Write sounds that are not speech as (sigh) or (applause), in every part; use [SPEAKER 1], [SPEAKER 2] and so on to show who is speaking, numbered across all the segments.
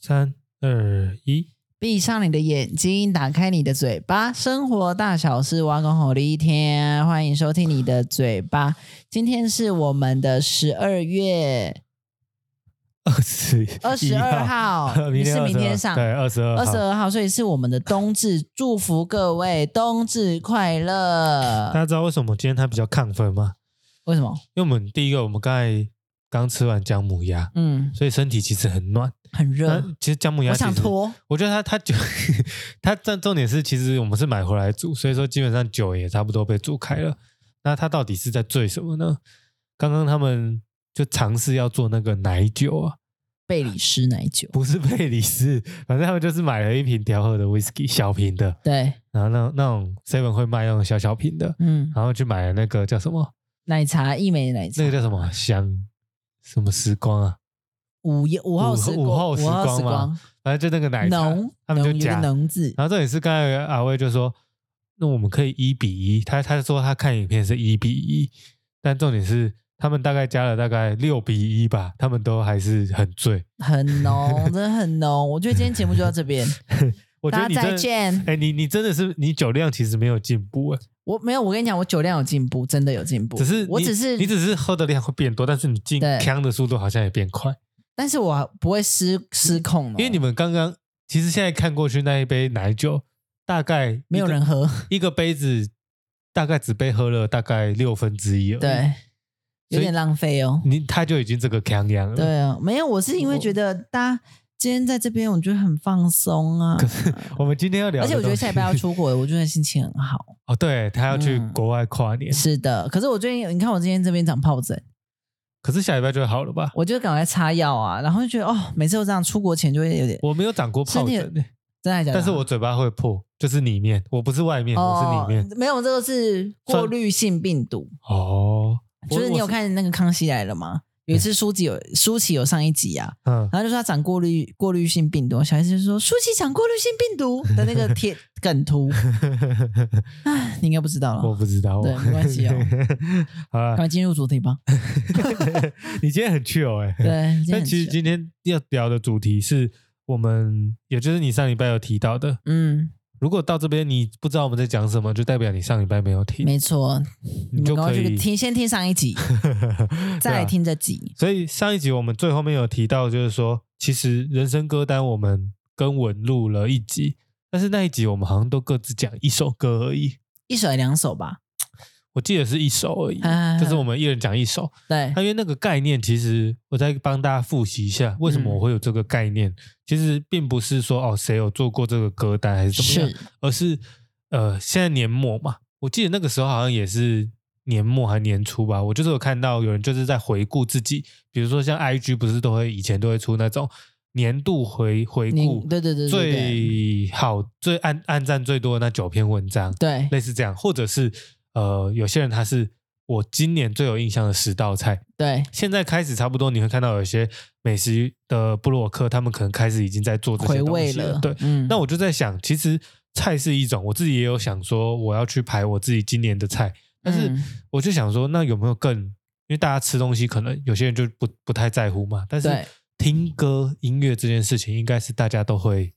[SPEAKER 1] 三二一，
[SPEAKER 2] 闭上你的眼睛，打开你的嘴巴，生活大小事，挖工好的一天，欢迎收听你的嘴巴。今天是我们的十二月
[SPEAKER 1] 二十，
[SPEAKER 2] 二十二，号你
[SPEAKER 1] 明
[SPEAKER 2] 是
[SPEAKER 1] 天
[SPEAKER 2] 明天上
[SPEAKER 1] 对二十二，
[SPEAKER 2] 二十二号，所以是我们的冬至，祝福各位冬至快
[SPEAKER 1] 大
[SPEAKER 2] 乐。
[SPEAKER 1] 家知道为什么今天他比较亢奋吗？
[SPEAKER 2] 为什么？
[SPEAKER 1] 因为我们第一个，我们刚才刚吃完姜母鸭，
[SPEAKER 2] 嗯，
[SPEAKER 1] 所以身体其实很暖。
[SPEAKER 2] 很热，
[SPEAKER 1] 那其实姜母鸭，
[SPEAKER 2] 啊我想，脱。
[SPEAKER 1] 我觉得它它就 (laughs) 它重重点是，其实我们是买回来煮，所以说基本上酒也差不多被煮开了。那它到底是在醉什么呢？刚刚他们就尝试要做那个奶酒啊，
[SPEAKER 2] 贝里斯奶酒，
[SPEAKER 1] 不是贝里斯，反正他们就是买了一瓶调和的 whisky 小瓶的，
[SPEAKER 2] 对，
[SPEAKER 1] 然后那那种 seven 会卖那种小小瓶的，
[SPEAKER 2] 嗯，
[SPEAKER 1] 然后去买了那个叫什么？
[SPEAKER 2] 奶茶一枚奶茶，
[SPEAKER 1] 那个叫什么香？什么时光啊？
[SPEAKER 2] 午夜午后时光
[SPEAKER 1] 午后时
[SPEAKER 2] 午后
[SPEAKER 1] 光
[SPEAKER 2] 时
[SPEAKER 1] 嘛
[SPEAKER 2] 光，
[SPEAKER 1] 反正就那个奶茶
[SPEAKER 2] 浓，，
[SPEAKER 1] 他们就
[SPEAKER 2] 浓有一
[SPEAKER 1] 加
[SPEAKER 2] 个。浓字，
[SPEAKER 1] 然后这也是刚才阿威就说，那我们可以一比一。他他说他看影片是一比一，但重点是他们大概加了大概六比一吧，他们都还是很醉。
[SPEAKER 2] 很浓，真的很浓。我觉得今天节目就到这边，
[SPEAKER 1] (laughs) 我觉
[SPEAKER 2] 大
[SPEAKER 1] 得你
[SPEAKER 2] 家再
[SPEAKER 1] 真的，
[SPEAKER 2] 见。 (laughs)
[SPEAKER 1] 哎，你你真的是你酒量其实没有进步哎，
[SPEAKER 2] 我没有，我跟你讲，我酒量有进步，真的有进步。
[SPEAKER 1] 只是
[SPEAKER 2] 我
[SPEAKER 1] 你
[SPEAKER 2] 只是
[SPEAKER 1] 你只是喝的量会变多，但是你进
[SPEAKER 2] 对
[SPEAKER 1] 腔的速度好像也变快，
[SPEAKER 2] 但是我不会失失控哦，
[SPEAKER 1] 因为你们刚刚其实现在看过去那一杯奶酒，大概
[SPEAKER 2] 没有
[SPEAKER 1] 一个
[SPEAKER 2] 人喝，
[SPEAKER 1] 一个杯子大概只被喝了大概六分之一而已。
[SPEAKER 2] 对，有
[SPEAKER 1] 所以嗯
[SPEAKER 2] 点浪费哦。
[SPEAKER 1] 你他就已经这个腔样了。，
[SPEAKER 2] 对啊，没有，我是因为觉得大家今天在这边，我觉得很放松啊。
[SPEAKER 1] 我们今天要聊
[SPEAKER 2] 而
[SPEAKER 1] 的东
[SPEAKER 2] 且
[SPEAKER 1] 西，
[SPEAKER 2] 我觉得下礼拜要出国了，我觉得心情很好。
[SPEAKER 1] (laughs) 哦，对他要去
[SPEAKER 2] 嗯
[SPEAKER 1] 国外跨年，
[SPEAKER 2] 是的，可是我最近，你看我今天这边长疱疹，
[SPEAKER 1] 可是下礼拜就会好了吧？
[SPEAKER 2] 我就赶快擦药啊，然后就觉得哦，每次都这样，出国前就会有点
[SPEAKER 1] 我没有长过疱
[SPEAKER 2] 身
[SPEAKER 1] 疹、
[SPEAKER 2] 体真的假的？啊
[SPEAKER 1] 但是我嘴巴会破，就是里面，我不是外面，我
[SPEAKER 2] 哦
[SPEAKER 1] 是里面。
[SPEAKER 2] 没有，这个是过滤性病毒，
[SPEAKER 1] 哦，
[SPEAKER 2] 就
[SPEAKER 1] 我
[SPEAKER 2] 是你有，看那个《康熙来了》吗？有一次舒淇有舒淇有上一集啊，
[SPEAKER 1] 我嗯，
[SPEAKER 2] 然后就说他长过滤过滤性病毒，小孩子就说舒淇长过滤性病毒的那个贴梗图，
[SPEAKER 1] 嗯 (laughs)
[SPEAKER 2] 唉，你应该不知道
[SPEAKER 1] 我
[SPEAKER 2] 了。
[SPEAKER 1] 不知道，
[SPEAKER 2] 对没关系哦。
[SPEAKER 1] (laughs)
[SPEAKER 2] 嗯
[SPEAKER 1] 好
[SPEAKER 2] 赶
[SPEAKER 1] 了，
[SPEAKER 2] 快进入主题吧。
[SPEAKER 1] 你今天很 chill 哎、
[SPEAKER 2] 对，今天
[SPEAKER 1] 但
[SPEAKER 2] 很
[SPEAKER 1] 其实今
[SPEAKER 2] 闲
[SPEAKER 1] 天要聊的主题是我们，也就是你上礼拜有提到的。
[SPEAKER 2] 嗯，
[SPEAKER 1] 如果到这边你不知道我们在讲什么，就代表你上礼拜没有听，
[SPEAKER 2] 没错，你
[SPEAKER 1] 你
[SPEAKER 2] 们
[SPEAKER 1] 就
[SPEAKER 2] 赶
[SPEAKER 1] 可
[SPEAKER 2] 快
[SPEAKER 1] 以
[SPEAKER 2] 去。听，先听上一集，再来听这集。
[SPEAKER 1] 所以上一集我们最后面有提到，就是说，其实人生歌单我们跟文录了一集，但是那一集我们好像都各自讲一首歌而已，
[SPEAKER 2] 一首还两首吧。
[SPEAKER 1] 我记得是一首而已，
[SPEAKER 2] 啊
[SPEAKER 1] 就是我们一人讲一首。
[SPEAKER 2] 对
[SPEAKER 1] 那因为那个概念，其实我再帮大家复习一下，为什
[SPEAKER 2] 嗯
[SPEAKER 1] 么我会有这个概念？其实并不是说哦谁有做过这个歌单还是怎么样，
[SPEAKER 2] 是
[SPEAKER 1] 而是呃现在年末嘛，我记得那个时候好像也是年末还年初吧，我就是有看到有人就是在回顾自己，比如说像 IG 不是都会以前都会出那种年度回回
[SPEAKER 2] 你
[SPEAKER 1] 顾
[SPEAKER 2] 对对对对对
[SPEAKER 1] 最好最按按赞最多的那九篇文章，
[SPEAKER 2] 对
[SPEAKER 1] 类似这样，或者是呃有些人他是我今年最有印象的十道菜，
[SPEAKER 2] 对
[SPEAKER 1] 现在开始差不多，你会看到有一些美食的布洛克，他们可能开始已经在做这些
[SPEAKER 2] 回
[SPEAKER 1] 东
[SPEAKER 2] 味
[SPEAKER 1] 西了。
[SPEAKER 2] 了。
[SPEAKER 1] 对，
[SPEAKER 2] 嗯
[SPEAKER 1] 那我就在想，其实菜是一种，我自己也有想说我要去排我自己今年的菜，但是
[SPEAKER 2] 嗯
[SPEAKER 1] 我就想说，那有没有更？因为大家吃东西可能有些人就不不太在乎嘛，但是
[SPEAKER 2] 对
[SPEAKER 1] 听歌音乐这件事情，应该是大家都会，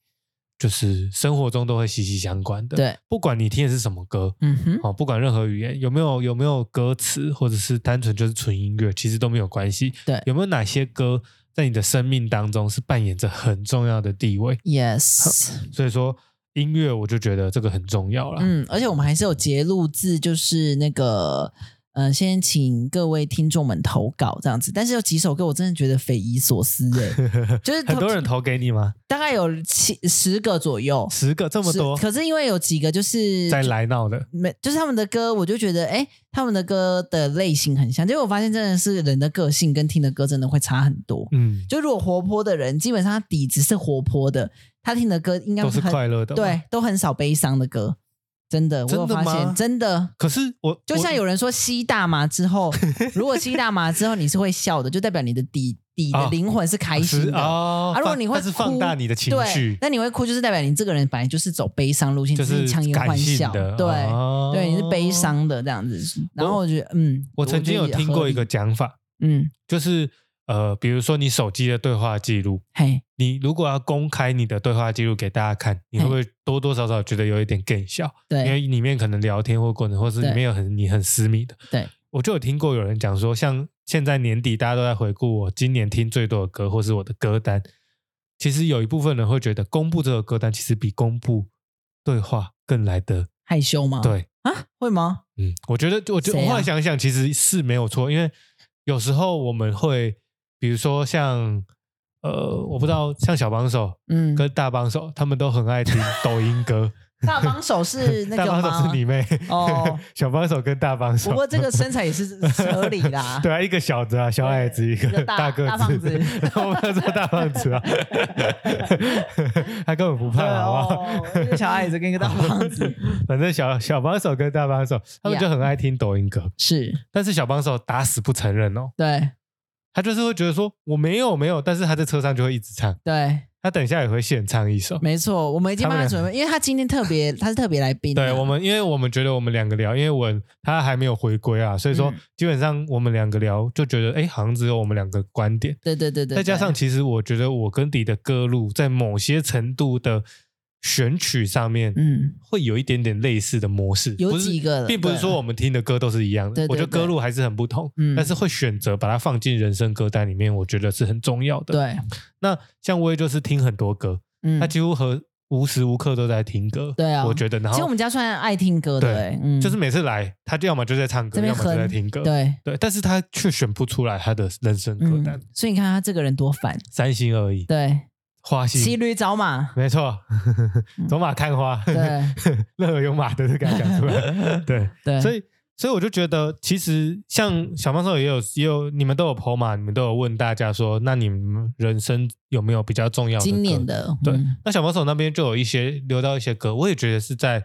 [SPEAKER 1] 就是生活中都会息息相关的。，
[SPEAKER 2] 对，
[SPEAKER 1] 不管你听的是什么歌，
[SPEAKER 2] 嗯哼，
[SPEAKER 1] 哦，不管任何语言有没有有没有歌词，或者是单纯就是纯音乐，其实都没有关系。
[SPEAKER 2] 对
[SPEAKER 1] 有没有哪些歌在你的生命当中是扮演着很重要的地位？
[SPEAKER 2] ，yes。
[SPEAKER 1] 所以说音乐，我就觉得这个很重要啦。
[SPEAKER 2] 嗯，而且我们还是有节录制，就是那个呃，先请各位听众们投稿这样子。但是有几首歌我真的觉得匪夷所思
[SPEAKER 1] (laughs)
[SPEAKER 2] 哎、就是
[SPEAKER 1] 很多人投给你吗？
[SPEAKER 2] 大概有七十个左右，
[SPEAKER 1] 十个这么
[SPEAKER 2] 十
[SPEAKER 1] 多，
[SPEAKER 2] 可是因为有几个就是
[SPEAKER 1] 在来闹的，
[SPEAKER 2] 没，就是他们的歌，我就觉得哎、诶他们的歌的类型很像。结果我发现真的是人的个性跟听的歌真的会差很多。
[SPEAKER 1] 嗯，
[SPEAKER 2] 就如果活泼的人，基本上他底子是活泼的，他听的歌应该
[SPEAKER 1] 都是
[SPEAKER 2] 很
[SPEAKER 1] 快乐的。
[SPEAKER 2] 对，，都很少悲伤的歌，真的，我
[SPEAKER 1] 真
[SPEAKER 2] 有
[SPEAKER 1] 的
[SPEAKER 2] 发
[SPEAKER 1] 吗
[SPEAKER 2] 现，真的。
[SPEAKER 1] 可是我
[SPEAKER 2] (laughs) 就像有人说吸大麻之后，如果吸大麻之后你是会笑的，就代表你的底底的
[SPEAKER 1] 啊
[SPEAKER 2] 灵魂是开心
[SPEAKER 1] 是
[SPEAKER 2] 的。
[SPEAKER 1] 哦
[SPEAKER 2] 啊，如果
[SPEAKER 1] 放
[SPEAKER 2] 你会
[SPEAKER 1] 但是放
[SPEAKER 2] 哭
[SPEAKER 1] 大你的情
[SPEAKER 2] 对
[SPEAKER 1] 绪，，
[SPEAKER 2] 那你会哭，就是代表你这个人本来就是走悲伤路线，
[SPEAKER 1] 就
[SPEAKER 2] 只是
[SPEAKER 1] 是
[SPEAKER 2] 强颜
[SPEAKER 1] 感
[SPEAKER 2] 欢
[SPEAKER 1] 性
[SPEAKER 2] 笑。
[SPEAKER 1] 的
[SPEAKER 2] 对，
[SPEAKER 1] 哦
[SPEAKER 2] 对，你是悲伤的这样子。然后我觉得，嗯，
[SPEAKER 1] 我曾经有
[SPEAKER 2] 觉得
[SPEAKER 1] 听过一
[SPEAKER 2] 合
[SPEAKER 1] 个
[SPEAKER 2] 理，
[SPEAKER 1] 讲法，
[SPEAKER 2] 嗯，
[SPEAKER 1] 就是呃，比如说你手机的对话记录，
[SPEAKER 2] 嘿，
[SPEAKER 1] 你如果要公开你的对话记录给大家看，你会不会多多少少觉得有一点更笑？因为
[SPEAKER 2] 对，
[SPEAKER 1] 里面可能聊天或过程，或是
[SPEAKER 2] 对
[SPEAKER 1] 里面有很你很私密的。
[SPEAKER 2] 对，
[SPEAKER 1] 我就有听过有人讲说，像现在年底大家都在回顾我今年听最多的歌，或是我的歌单。其实有一部分人会觉得，公布这个歌单其实比公布对话更来的
[SPEAKER 2] 害羞吗？
[SPEAKER 1] 对。
[SPEAKER 2] 啊，会吗？
[SPEAKER 1] 嗯，我觉得，我觉得
[SPEAKER 2] 谁啊
[SPEAKER 1] 我后来想想，其实是没有错，因为有时候我们会，比如说像呃，我不知道，像小帮手
[SPEAKER 2] 嗯，
[SPEAKER 1] 跟大帮手，他们都很
[SPEAKER 2] (laughs)
[SPEAKER 1] 爱听抖音歌。
[SPEAKER 2] 大帮手是那
[SPEAKER 1] (laughs) 大
[SPEAKER 2] 个
[SPEAKER 1] 帮手
[SPEAKER 2] 吗
[SPEAKER 1] 是？你妹 (laughs)
[SPEAKER 2] 哦，
[SPEAKER 1] 小帮手跟大帮手。
[SPEAKER 2] 不过这个身材也是合理啦
[SPEAKER 1] (laughs) 。对啊，一个小子啊，小矮子，
[SPEAKER 2] 对
[SPEAKER 1] 一
[SPEAKER 2] 一个
[SPEAKER 1] 个
[SPEAKER 2] 大
[SPEAKER 1] 个
[SPEAKER 2] 大胖子
[SPEAKER 1] (laughs) 我们要说大胖
[SPEAKER 2] (laughs)
[SPEAKER 1] 子啊， (laughs) 他根本不
[SPEAKER 2] 对
[SPEAKER 1] 胖，好不好？
[SPEAKER 2] 哦，一个小矮子跟一个大胖子
[SPEAKER 1] 反正小小帮手跟大帮手，他们就很爱听抖音歌，
[SPEAKER 2] (laughs) 是，
[SPEAKER 1] 但是小帮手打死不承认哦。
[SPEAKER 2] 对
[SPEAKER 1] 他就是会觉得说我没有没有，但是他在车上就会一直唱，
[SPEAKER 2] 对，
[SPEAKER 1] 他等一下也会现唱一首。
[SPEAKER 2] 没错，我们已经
[SPEAKER 1] 他
[SPEAKER 2] 帮
[SPEAKER 1] 们
[SPEAKER 2] 他
[SPEAKER 1] 俩
[SPEAKER 2] 准备，因为他今天特别，他是特别来宾啊。
[SPEAKER 1] 对我们，因为我们觉得我们两个聊，因为我他还没有回归啊，所以说
[SPEAKER 2] 嗯
[SPEAKER 1] 基本上我们两个聊就觉得，哎，好像只有我们两个观点。
[SPEAKER 2] 对对对对，
[SPEAKER 1] 再加上，其实我觉得我跟迪的歌路在某些程度的选曲上面，
[SPEAKER 2] 对嗯，
[SPEAKER 1] 会有一点点类似的模式，
[SPEAKER 2] 有
[SPEAKER 1] 不是
[SPEAKER 2] 几个
[SPEAKER 1] 并不是
[SPEAKER 2] 对
[SPEAKER 1] 说我们听的歌都是一样的，
[SPEAKER 2] 对
[SPEAKER 1] 我
[SPEAKER 2] 对
[SPEAKER 1] 觉得歌路还是很不同，
[SPEAKER 2] 嗯
[SPEAKER 1] 但是会选择把它放进人生歌单里面，我觉得是很重要的。，
[SPEAKER 2] 对，
[SPEAKER 1] 那像我也就是听很多歌，
[SPEAKER 2] 嗯，
[SPEAKER 1] 他几乎和无时无刻都在听歌，
[SPEAKER 2] 对啊
[SPEAKER 1] 我觉得，然
[SPEAKER 2] 其实我
[SPEAKER 1] 后
[SPEAKER 2] 们家算爱听歌的，
[SPEAKER 1] 对
[SPEAKER 2] 欸嗯，
[SPEAKER 1] 就是每次来，他就要么就在唱
[SPEAKER 2] 这
[SPEAKER 1] 歌，
[SPEAKER 2] 边
[SPEAKER 1] 要么就在
[SPEAKER 2] 哼
[SPEAKER 1] 听歌，
[SPEAKER 2] 对，
[SPEAKER 1] 对，但是他却选不出来他的人生歌单
[SPEAKER 2] 嗯，，所以你看他这个人多烦，
[SPEAKER 1] 三心二意，
[SPEAKER 2] 对，
[SPEAKER 1] 花
[SPEAKER 2] 骑
[SPEAKER 1] 心，
[SPEAKER 2] 驴
[SPEAKER 1] (laughs)
[SPEAKER 2] 找马，
[SPEAKER 1] 没错
[SPEAKER 2] 嗯，
[SPEAKER 1] 走马看花，
[SPEAKER 2] 对
[SPEAKER 1] 任何有马的都给他讲出
[SPEAKER 2] (laughs)
[SPEAKER 1] 来，对，
[SPEAKER 2] 对，
[SPEAKER 1] 所
[SPEAKER 2] 以
[SPEAKER 1] 以。所以我就觉得，其实像小帮手也有也有，你们都有 PO 嘛，你们都有问大家说，那你们人生有没有比较重要的歌？
[SPEAKER 2] 今年的
[SPEAKER 1] 对
[SPEAKER 2] 嗯
[SPEAKER 1] 那小帮手那边就有一些留到一些歌，我也觉得是在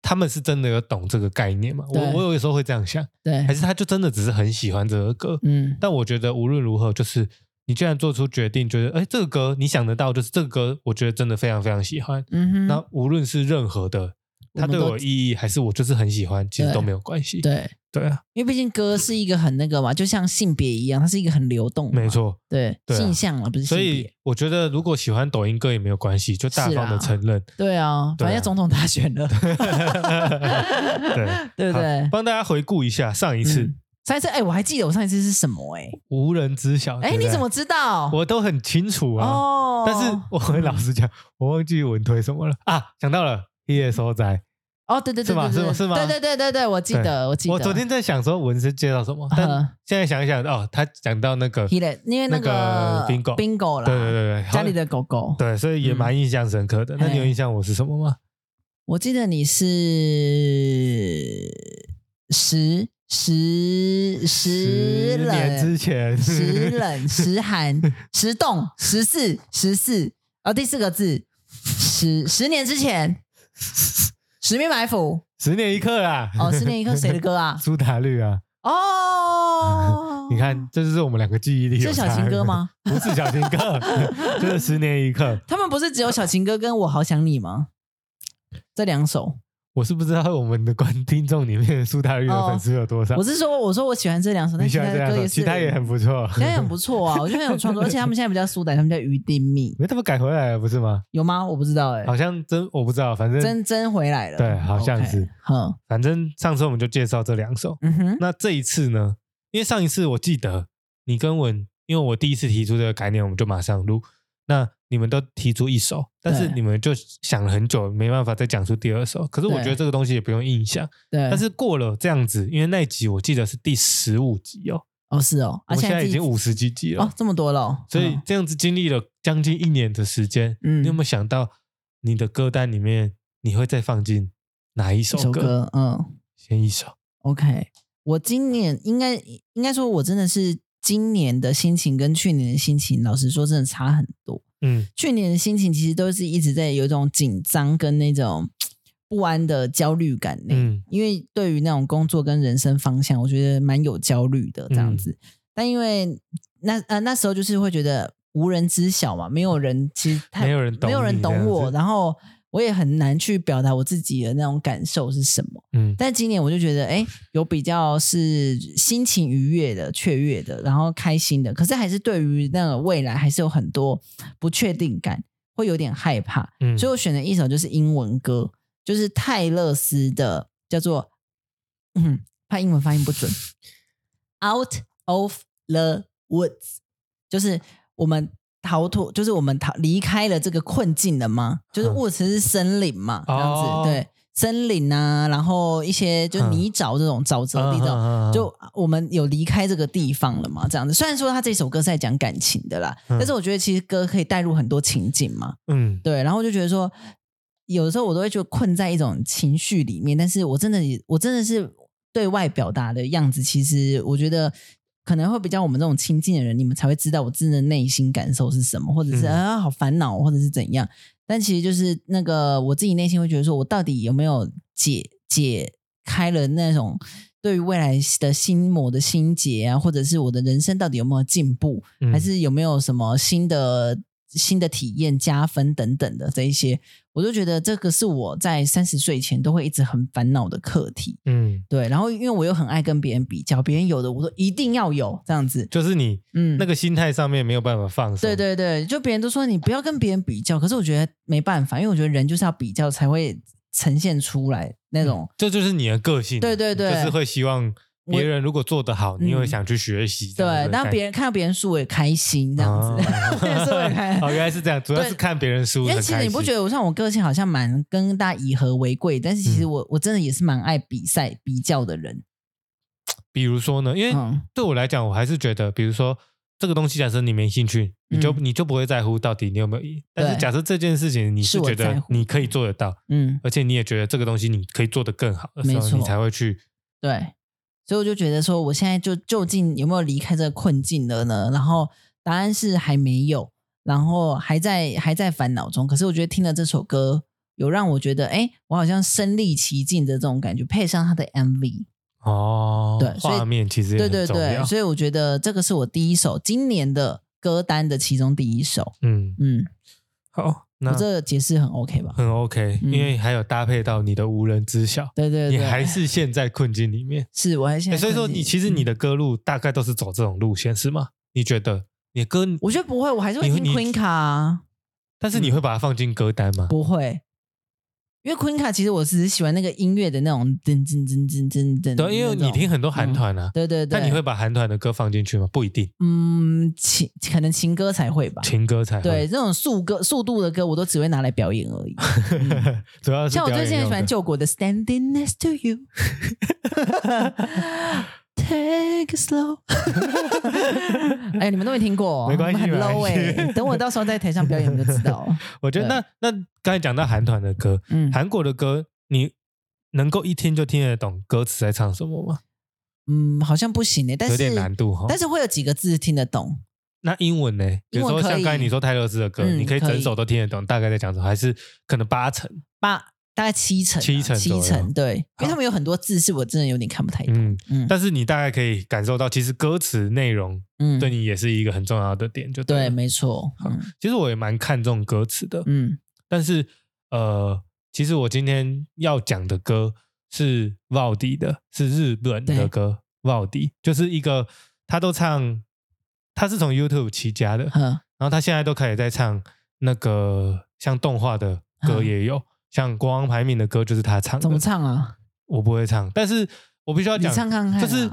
[SPEAKER 1] 他们是真的有懂这个概念嘛？我
[SPEAKER 2] 对
[SPEAKER 1] 我有时候会这样想，
[SPEAKER 2] 嗯对
[SPEAKER 1] 还，是他就真的只是很喜欢这个歌？
[SPEAKER 2] 嗯，
[SPEAKER 1] 但我觉得无论如何，就是你既然做出决定，觉得哎这个歌你想得到，就是这个歌我觉得真的非常非常喜欢。
[SPEAKER 2] 嗯哼，
[SPEAKER 1] 那无论是任何的，它
[SPEAKER 2] 我们
[SPEAKER 1] 对
[SPEAKER 2] 都
[SPEAKER 1] 我有意义还是我就是很喜欢，其实都没有关系。
[SPEAKER 2] 对。
[SPEAKER 1] 对啊，
[SPEAKER 2] 因为毕竟歌是一个很那个嘛，就像性别一样，它是一个很流动的嘛，
[SPEAKER 1] 没错。
[SPEAKER 2] 对，
[SPEAKER 1] 对啊
[SPEAKER 2] 性向嘛，不是性
[SPEAKER 1] 所以
[SPEAKER 2] 别，
[SPEAKER 1] 我觉得如果喜欢抖音歌也没有关系，就大
[SPEAKER 2] 是
[SPEAKER 1] 方的
[SPEAKER 2] 啦
[SPEAKER 1] 承认。
[SPEAKER 2] 对 (laughs) 啊，
[SPEAKER 1] 对啊
[SPEAKER 2] 反正总统大选了，
[SPEAKER 1] (laughs) 对
[SPEAKER 2] (laughs) 对不对
[SPEAKER 1] 好？帮大家回顾一下上一次。
[SPEAKER 2] 嗯上一次哎、我还记得我上一次是什么哎、
[SPEAKER 1] 无人知晓。哦对
[SPEAKER 2] 哎、
[SPEAKER 1] 不对
[SPEAKER 2] 你怎么知道？
[SPEAKER 1] 我都很清楚啊，
[SPEAKER 2] 哦，
[SPEAKER 1] 但是我很老实讲，我忘记文推什么了啊，想到了。夜收宅，
[SPEAKER 2] 哦，对对对，
[SPEAKER 1] 是吗
[SPEAKER 2] 对对
[SPEAKER 1] 是吗是吗
[SPEAKER 2] 对对对对对，我记得，我记得。
[SPEAKER 1] 我昨天在想说文是介绍什么，
[SPEAKER 2] 嗯
[SPEAKER 1] 但现在想一想哦，他讲到那个，
[SPEAKER 2] h
[SPEAKER 1] 对
[SPEAKER 2] e 因为
[SPEAKER 1] 那个 bingo
[SPEAKER 2] bingo 啦，
[SPEAKER 1] 对对对，
[SPEAKER 2] 家里的狗狗。
[SPEAKER 1] 对，所以也蛮印象深刻的。那你有印象我是什么吗？
[SPEAKER 2] 我记得你是十十十
[SPEAKER 1] 十年之
[SPEAKER 2] 冷
[SPEAKER 1] 前，
[SPEAKER 2] 嗯十冷十寒十冻十四十四，哦，第四个字十十年之前，十面埋伏
[SPEAKER 1] (laughs) 十年一刻啦，(laughs)
[SPEAKER 2] 哦，十年一刻谁的歌啊？
[SPEAKER 1] 苏打绿啊，，
[SPEAKER 2] 哦
[SPEAKER 1] (laughs) 你看，这就是我们两个记忆力。
[SPEAKER 2] 是小情歌？吗？
[SPEAKER 1] (laughs) 不是小情歌， (laughs) 就是十年一刻。
[SPEAKER 2] 他们不是只有小情歌跟我好想你吗？这两首，
[SPEAKER 1] 我是不知道我们的观听众里面苏打绿的粉丝有多少。
[SPEAKER 2] 哦我是说，我说我喜欢这两首，但
[SPEAKER 1] 你
[SPEAKER 2] 其
[SPEAKER 1] 喜
[SPEAKER 2] 他
[SPEAKER 1] 欢这
[SPEAKER 2] 的
[SPEAKER 1] 样
[SPEAKER 2] 歌也
[SPEAKER 1] 说，
[SPEAKER 2] 是，
[SPEAKER 1] 其他也很不错。
[SPEAKER 2] (laughs) 其他也很不错啊，我觉得很
[SPEAKER 1] (laughs)
[SPEAKER 2] 有创作，而且他们现在不叫苏打，他们叫鱼丁蜜，
[SPEAKER 1] 没他们改回来了，不是吗？
[SPEAKER 2] 有吗？我不知道哎、
[SPEAKER 1] 好像真我不知道，反正
[SPEAKER 2] 真真回来了，
[SPEAKER 1] 对，好像
[SPEAKER 2] OK，
[SPEAKER 1] 是。
[SPEAKER 2] 哼，
[SPEAKER 1] 反正上次我们就介绍这两首，
[SPEAKER 2] 嗯哼，
[SPEAKER 1] 那这一次呢？因为上一次我记得你跟文，因为我第一次提出这个概念，我们就马上录。那你们都提出一首，但是
[SPEAKER 2] 对
[SPEAKER 1] 你们就想了很久，没办法再讲出第二首。可是我
[SPEAKER 2] 对
[SPEAKER 1] 觉得这个东西也不用硬想。
[SPEAKER 2] 对，
[SPEAKER 1] 但是过了这样子，因为那一集我记得是第十五集哦，
[SPEAKER 2] 哦是哦，
[SPEAKER 1] 我
[SPEAKER 2] 啊
[SPEAKER 1] 们现在
[SPEAKER 2] 自
[SPEAKER 1] 已
[SPEAKER 2] 己
[SPEAKER 1] 经五十几集了
[SPEAKER 2] 哦，这么多了哦，
[SPEAKER 1] 所以这样子经历了将近一年的时间，
[SPEAKER 2] 嗯
[SPEAKER 1] 你有没有想到你的歌单里面你会再放进哪一首
[SPEAKER 2] 一首
[SPEAKER 1] 歌？
[SPEAKER 2] 歌，嗯
[SPEAKER 1] 先一首，
[SPEAKER 2] ，OK，我今年应该应该说，我真的是今年的心情跟去年的心情，老实说，真的差很多。
[SPEAKER 1] 嗯，
[SPEAKER 2] 去年的心情其实都是一直在有一种紧张跟那种不安的焦虑感内，
[SPEAKER 1] 嗯嗯
[SPEAKER 2] 因为对于那种工作跟人生方向，我觉得蛮有焦虑的这样子。但因为那呃那时候就是会觉得无人知晓嘛，没有人其实太
[SPEAKER 1] 没有人懂
[SPEAKER 2] 没有人
[SPEAKER 1] 你这样
[SPEAKER 2] 懂我，
[SPEAKER 1] 子
[SPEAKER 2] 然后我也很难去表达我自己的那种感受是什么。
[SPEAKER 1] 嗯，
[SPEAKER 2] 但今年我就觉得，哎，有比较是心情愉悦的、雀跃的，然后开心的，可是还是对于那个未来还是有很多不确定感，会有点害怕。
[SPEAKER 1] 嗯
[SPEAKER 2] 所以我选的一首就是英文歌，就是泰勒斯的，叫做嗯，怕英文发音不准，《Out of the Woods》，就是我们逃脱，就是我们逃离开了这个困境了吗？就是
[SPEAKER 1] 嗯
[SPEAKER 2] woods 是森林嘛，这样子、
[SPEAKER 1] 哦嗯
[SPEAKER 2] 对，森林啊，然后一些就是泥沼这种沼泽地这种。
[SPEAKER 1] 种
[SPEAKER 2] 就我们有离开这个地方了嘛？这样子，虽然说他这首歌是在讲感情的啦，
[SPEAKER 1] 嗯
[SPEAKER 2] 但是我觉得其实歌可以带入很多情景嘛。
[SPEAKER 1] 嗯
[SPEAKER 2] 对，然后我就觉得说，有的时候我都会觉得困在一种情绪里面，但是我真的也，我真的是对外表达的样子，其实我觉得可能会比较我们这种亲近的人，你们才会知道我真的内心感受是什么，或者是、
[SPEAKER 1] 嗯
[SPEAKER 2] 啊好烦恼，或者是怎样。但其实就是那个我自己内心会觉得说，我到底有没有解解开了那种。对于未来的心魔的心结啊，或者是我的人生到底有没有进步，
[SPEAKER 1] 嗯
[SPEAKER 2] 还是有没有什么新的新的体验加分等等的这一些，我就觉得这个是我在三十岁前都会一直很烦恼的课题。
[SPEAKER 1] 嗯，
[SPEAKER 2] 对，然后因为我又很爱跟别人比较，别人有的我都一定要有这样子。
[SPEAKER 1] 就是你
[SPEAKER 2] 嗯，
[SPEAKER 1] 那个心态上面没有办法放松，
[SPEAKER 2] 对对对，就别人都说你不要跟别人比较，可是我觉得没办法，因为我觉得人就是要比较才会呈现出来那种。
[SPEAKER 1] 这就是你的个性，
[SPEAKER 2] 对对对
[SPEAKER 1] 就是会希望别人如果做得好，
[SPEAKER 2] 嗯
[SPEAKER 1] 你也会想去学习，这样
[SPEAKER 2] 对
[SPEAKER 1] 子，的
[SPEAKER 2] 当
[SPEAKER 1] 概
[SPEAKER 2] 别
[SPEAKER 1] 念
[SPEAKER 2] 人看到别人输，我也开心这样子。 (laughs)
[SPEAKER 1] 哦
[SPEAKER 2] 输我也开
[SPEAKER 1] (laughs)
[SPEAKER 2] 心
[SPEAKER 1] 哦，原来是这样，主要
[SPEAKER 2] 对
[SPEAKER 1] 是看别人输，
[SPEAKER 2] 因为其实你不觉
[SPEAKER 1] 得
[SPEAKER 2] 得我像我个性好像蛮跟大家以和为贵，但是其
[SPEAKER 1] 嗯
[SPEAKER 2] 实我、我真的也是蛮爱比赛比较的人。
[SPEAKER 1] 比如说呢，因为
[SPEAKER 2] 嗯
[SPEAKER 1] 对我来讲，我还是觉得，比如说这个东西，假设你没兴趣，你就、
[SPEAKER 2] 嗯
[SPEAKER 1] 你就不会在乎到底你有没有赢。但是
[SPEAKER 2] 对
[SPEAKER 1] 假设这件事情你
[SPEAKER 2] 是
[SPEAKER 1] 是
[SPEAKER 2] 我
[SPEAKER 1] 觉
[SPEAKER 2] 在
[SPEAKER 1] 得
[SPEAKER 2] 乎
[SPEAKER 1] 你可以做得到，
[SPEAKER 2] 嗯，
[SPEAKER 1] 而且你也觉得这个东西你可以做得更好的时
[SPEAKER 2] 没
[SPEAKER 1] 候，
[SPEAKER 2] 错
[SPEAKER 1] 你才会去。
[SPEAKER 2] 对，所以我就觉得说，我现在就究竟有没有离开这个困境了呢？然后答案是还没有，然后还在还在烦恼中。可是我觉得听了这首歌，有让我觉得，哎，我好像身临其境的这种感觉，配上他的 MV，
[SPEAKER 1] 哦，
[SPEAKER 2] 对所以
[SPEAKER 1] 画面其实也
[SPEAKER 2] 对
[SPEAKER 1] 很
[SPEAKER 2] 对
[SPEAKER 1] 重要。
[SPEAKER 2] 对，所以我觉得这个是我第一首今年的歌单的其中第一首。
[SPEAKER 1] 嗯，
[SPEAKER 2] 嗯，
[SPEAKER 1] 好，那
[SPEAKER 2] 我这个解释很 OK 吧？
[SPEAKER 1] 很 OK，、
[SPEAKER 2] 嗯
[SPEAKER 1] 因为还有搭配到你的无人知晓，
[SPEAKER 2] 对对对，
[SPEAKER 1] 你还是陷在困境里面。
[SPEAKER 2] (laughs) 是我还现在
[SPEAKER 1] 诶所以说
[SPEAKER 2] 困
[SPEAKER 1] 你，
[SPEAKER 2] 境嗯
[SPEAKER 1] 其实你的歌路大概都是走这种路线，是吗？你觉得你的歌，
[SPEAKER 2] 我觉得不会，我还是会
[SPEAKER 1] 你
[SPEAKER 2] 听
[SPEAKER 1] 会你
[SPEAKER 2] Queen 卡、啊，
[SPEAKER 1] 但是你会把它放进歌单吗？
[SPEAKER 2] 不会，因为 Queen 卡其实我只是喜欢那个音乐的那种噔噔噔噔噔噔，
[SPEAKER 1] 对，啊因为你听，很多韩团啊，
[SPEAKER 2] 对嗯对对，
[SPEAKER 1] 但你会把韩团的歌放进去吗？不一定，
[SPEAKER 2] 嗯情可能情歌才会吧，
[SPEAKER 1] 情嗯歌才会
[SPEAKER 2] 对，这种速歌速度的歌我都只会拿来表演而已。嗯
[SPEAKER 1] 主要是
[SPEAKER 2] 像我
[SPEAKER 1] 表
[SPEAKER 2] 最
[SPEAKER 1] 演用
[SPEAKER 2] 近很
[SPEAKER 1] 的
[SPEAKER 2] 喜欢救国的 Standing Next to
[SPEAKER 1] (laughs)
[SPEAKER 2] You。Take it slow，哎，你们都没听过
[SPEAKER 1] (laughs)
[SPEAKER 2] 哦，
[SPEAKER 1] 没关系
[SPEAKER 2] 很
[SPEAKER 1] 没关
[SPEAKER 2] low 哎、
[SPEAKER 1] 系
[SPEAKER 2] 等我到时候在台上表演，你们就知道了。
[SPEAKER 1] 我觉得那那刚才讲到韩团的歌，
[SPEAKER 2] 嗯，
[SPEAKER 1] 韩国的歌你能够一听就听得懂歌词在唱什么吗？
[SPEAKER 2] 嗯，好像不行诶、但
[SPEAKER 1] 有
[SPEAKER 2] 是
[SPEAKER 1] 点难哦度哈。
[SPEAKER 2] 但是会有几个字听得懂。
[SPEAKER 1] 那英文呢？比如
[SPEAKER 2] 英
[SPEAKER 1] 说
[SPEAKER 2] 文可以
[SPEAKER 1] 像刚才你说泰勒斯的歌，
[SPEAKER 2] 嗯
[SPEAKER 1] 你可以
[SPEAKER 2] 可以
[SPEAKER 1] 整首都听得懂，大概在讲什么，还是可能八成。
[SPEAKER 2] 八大概七成啊、
[SPEAKER 1] 七成左
[SPEAKER 2] 七
[SPEAKER 1] 右
[SPEAKER 2] 成，对，
[SPEAKER 1] 好
[SPEAKER 2] 因为他们有很多字是我真的有点看不太懂。
[SPEAKER 1] 嗯，
[SPEAKER 2] 嗯
[SPEAKER 1] 但是你大概可以感受到，其实歌词内容
[SPEAKER 2] 嗯，
[SPEAKER 1] 对你也是一个很重要的点，就
[SPEAKER 2] 对，
[SPEAKER 1] 了。
[SPEAKER 2] 没错，
[SPEAKER 1] 好其实我也蛮看重歌词的，
[SPEAKER 2] 嗯
[SPEAKER 1] 但是呃，其实我今天要讲的歌是 Valdi 的，是日本的歌。Valdi 就是一个他都唱，他是从 YouTube 起家的，
[SPEAKER 2] 嗯呵
[SPEAKER 1] 然后他现在都开始在唱那个像动画的歌也有，像国王排名的歌就是他唱的。
[SPEAKER 2] 嗯怎么？唱啊？
[SPEAKER 1] 我不会唱，但是我必须要讲，
[SPEAKER 2] 你唱看看啊
[SPEAKER 1] 就是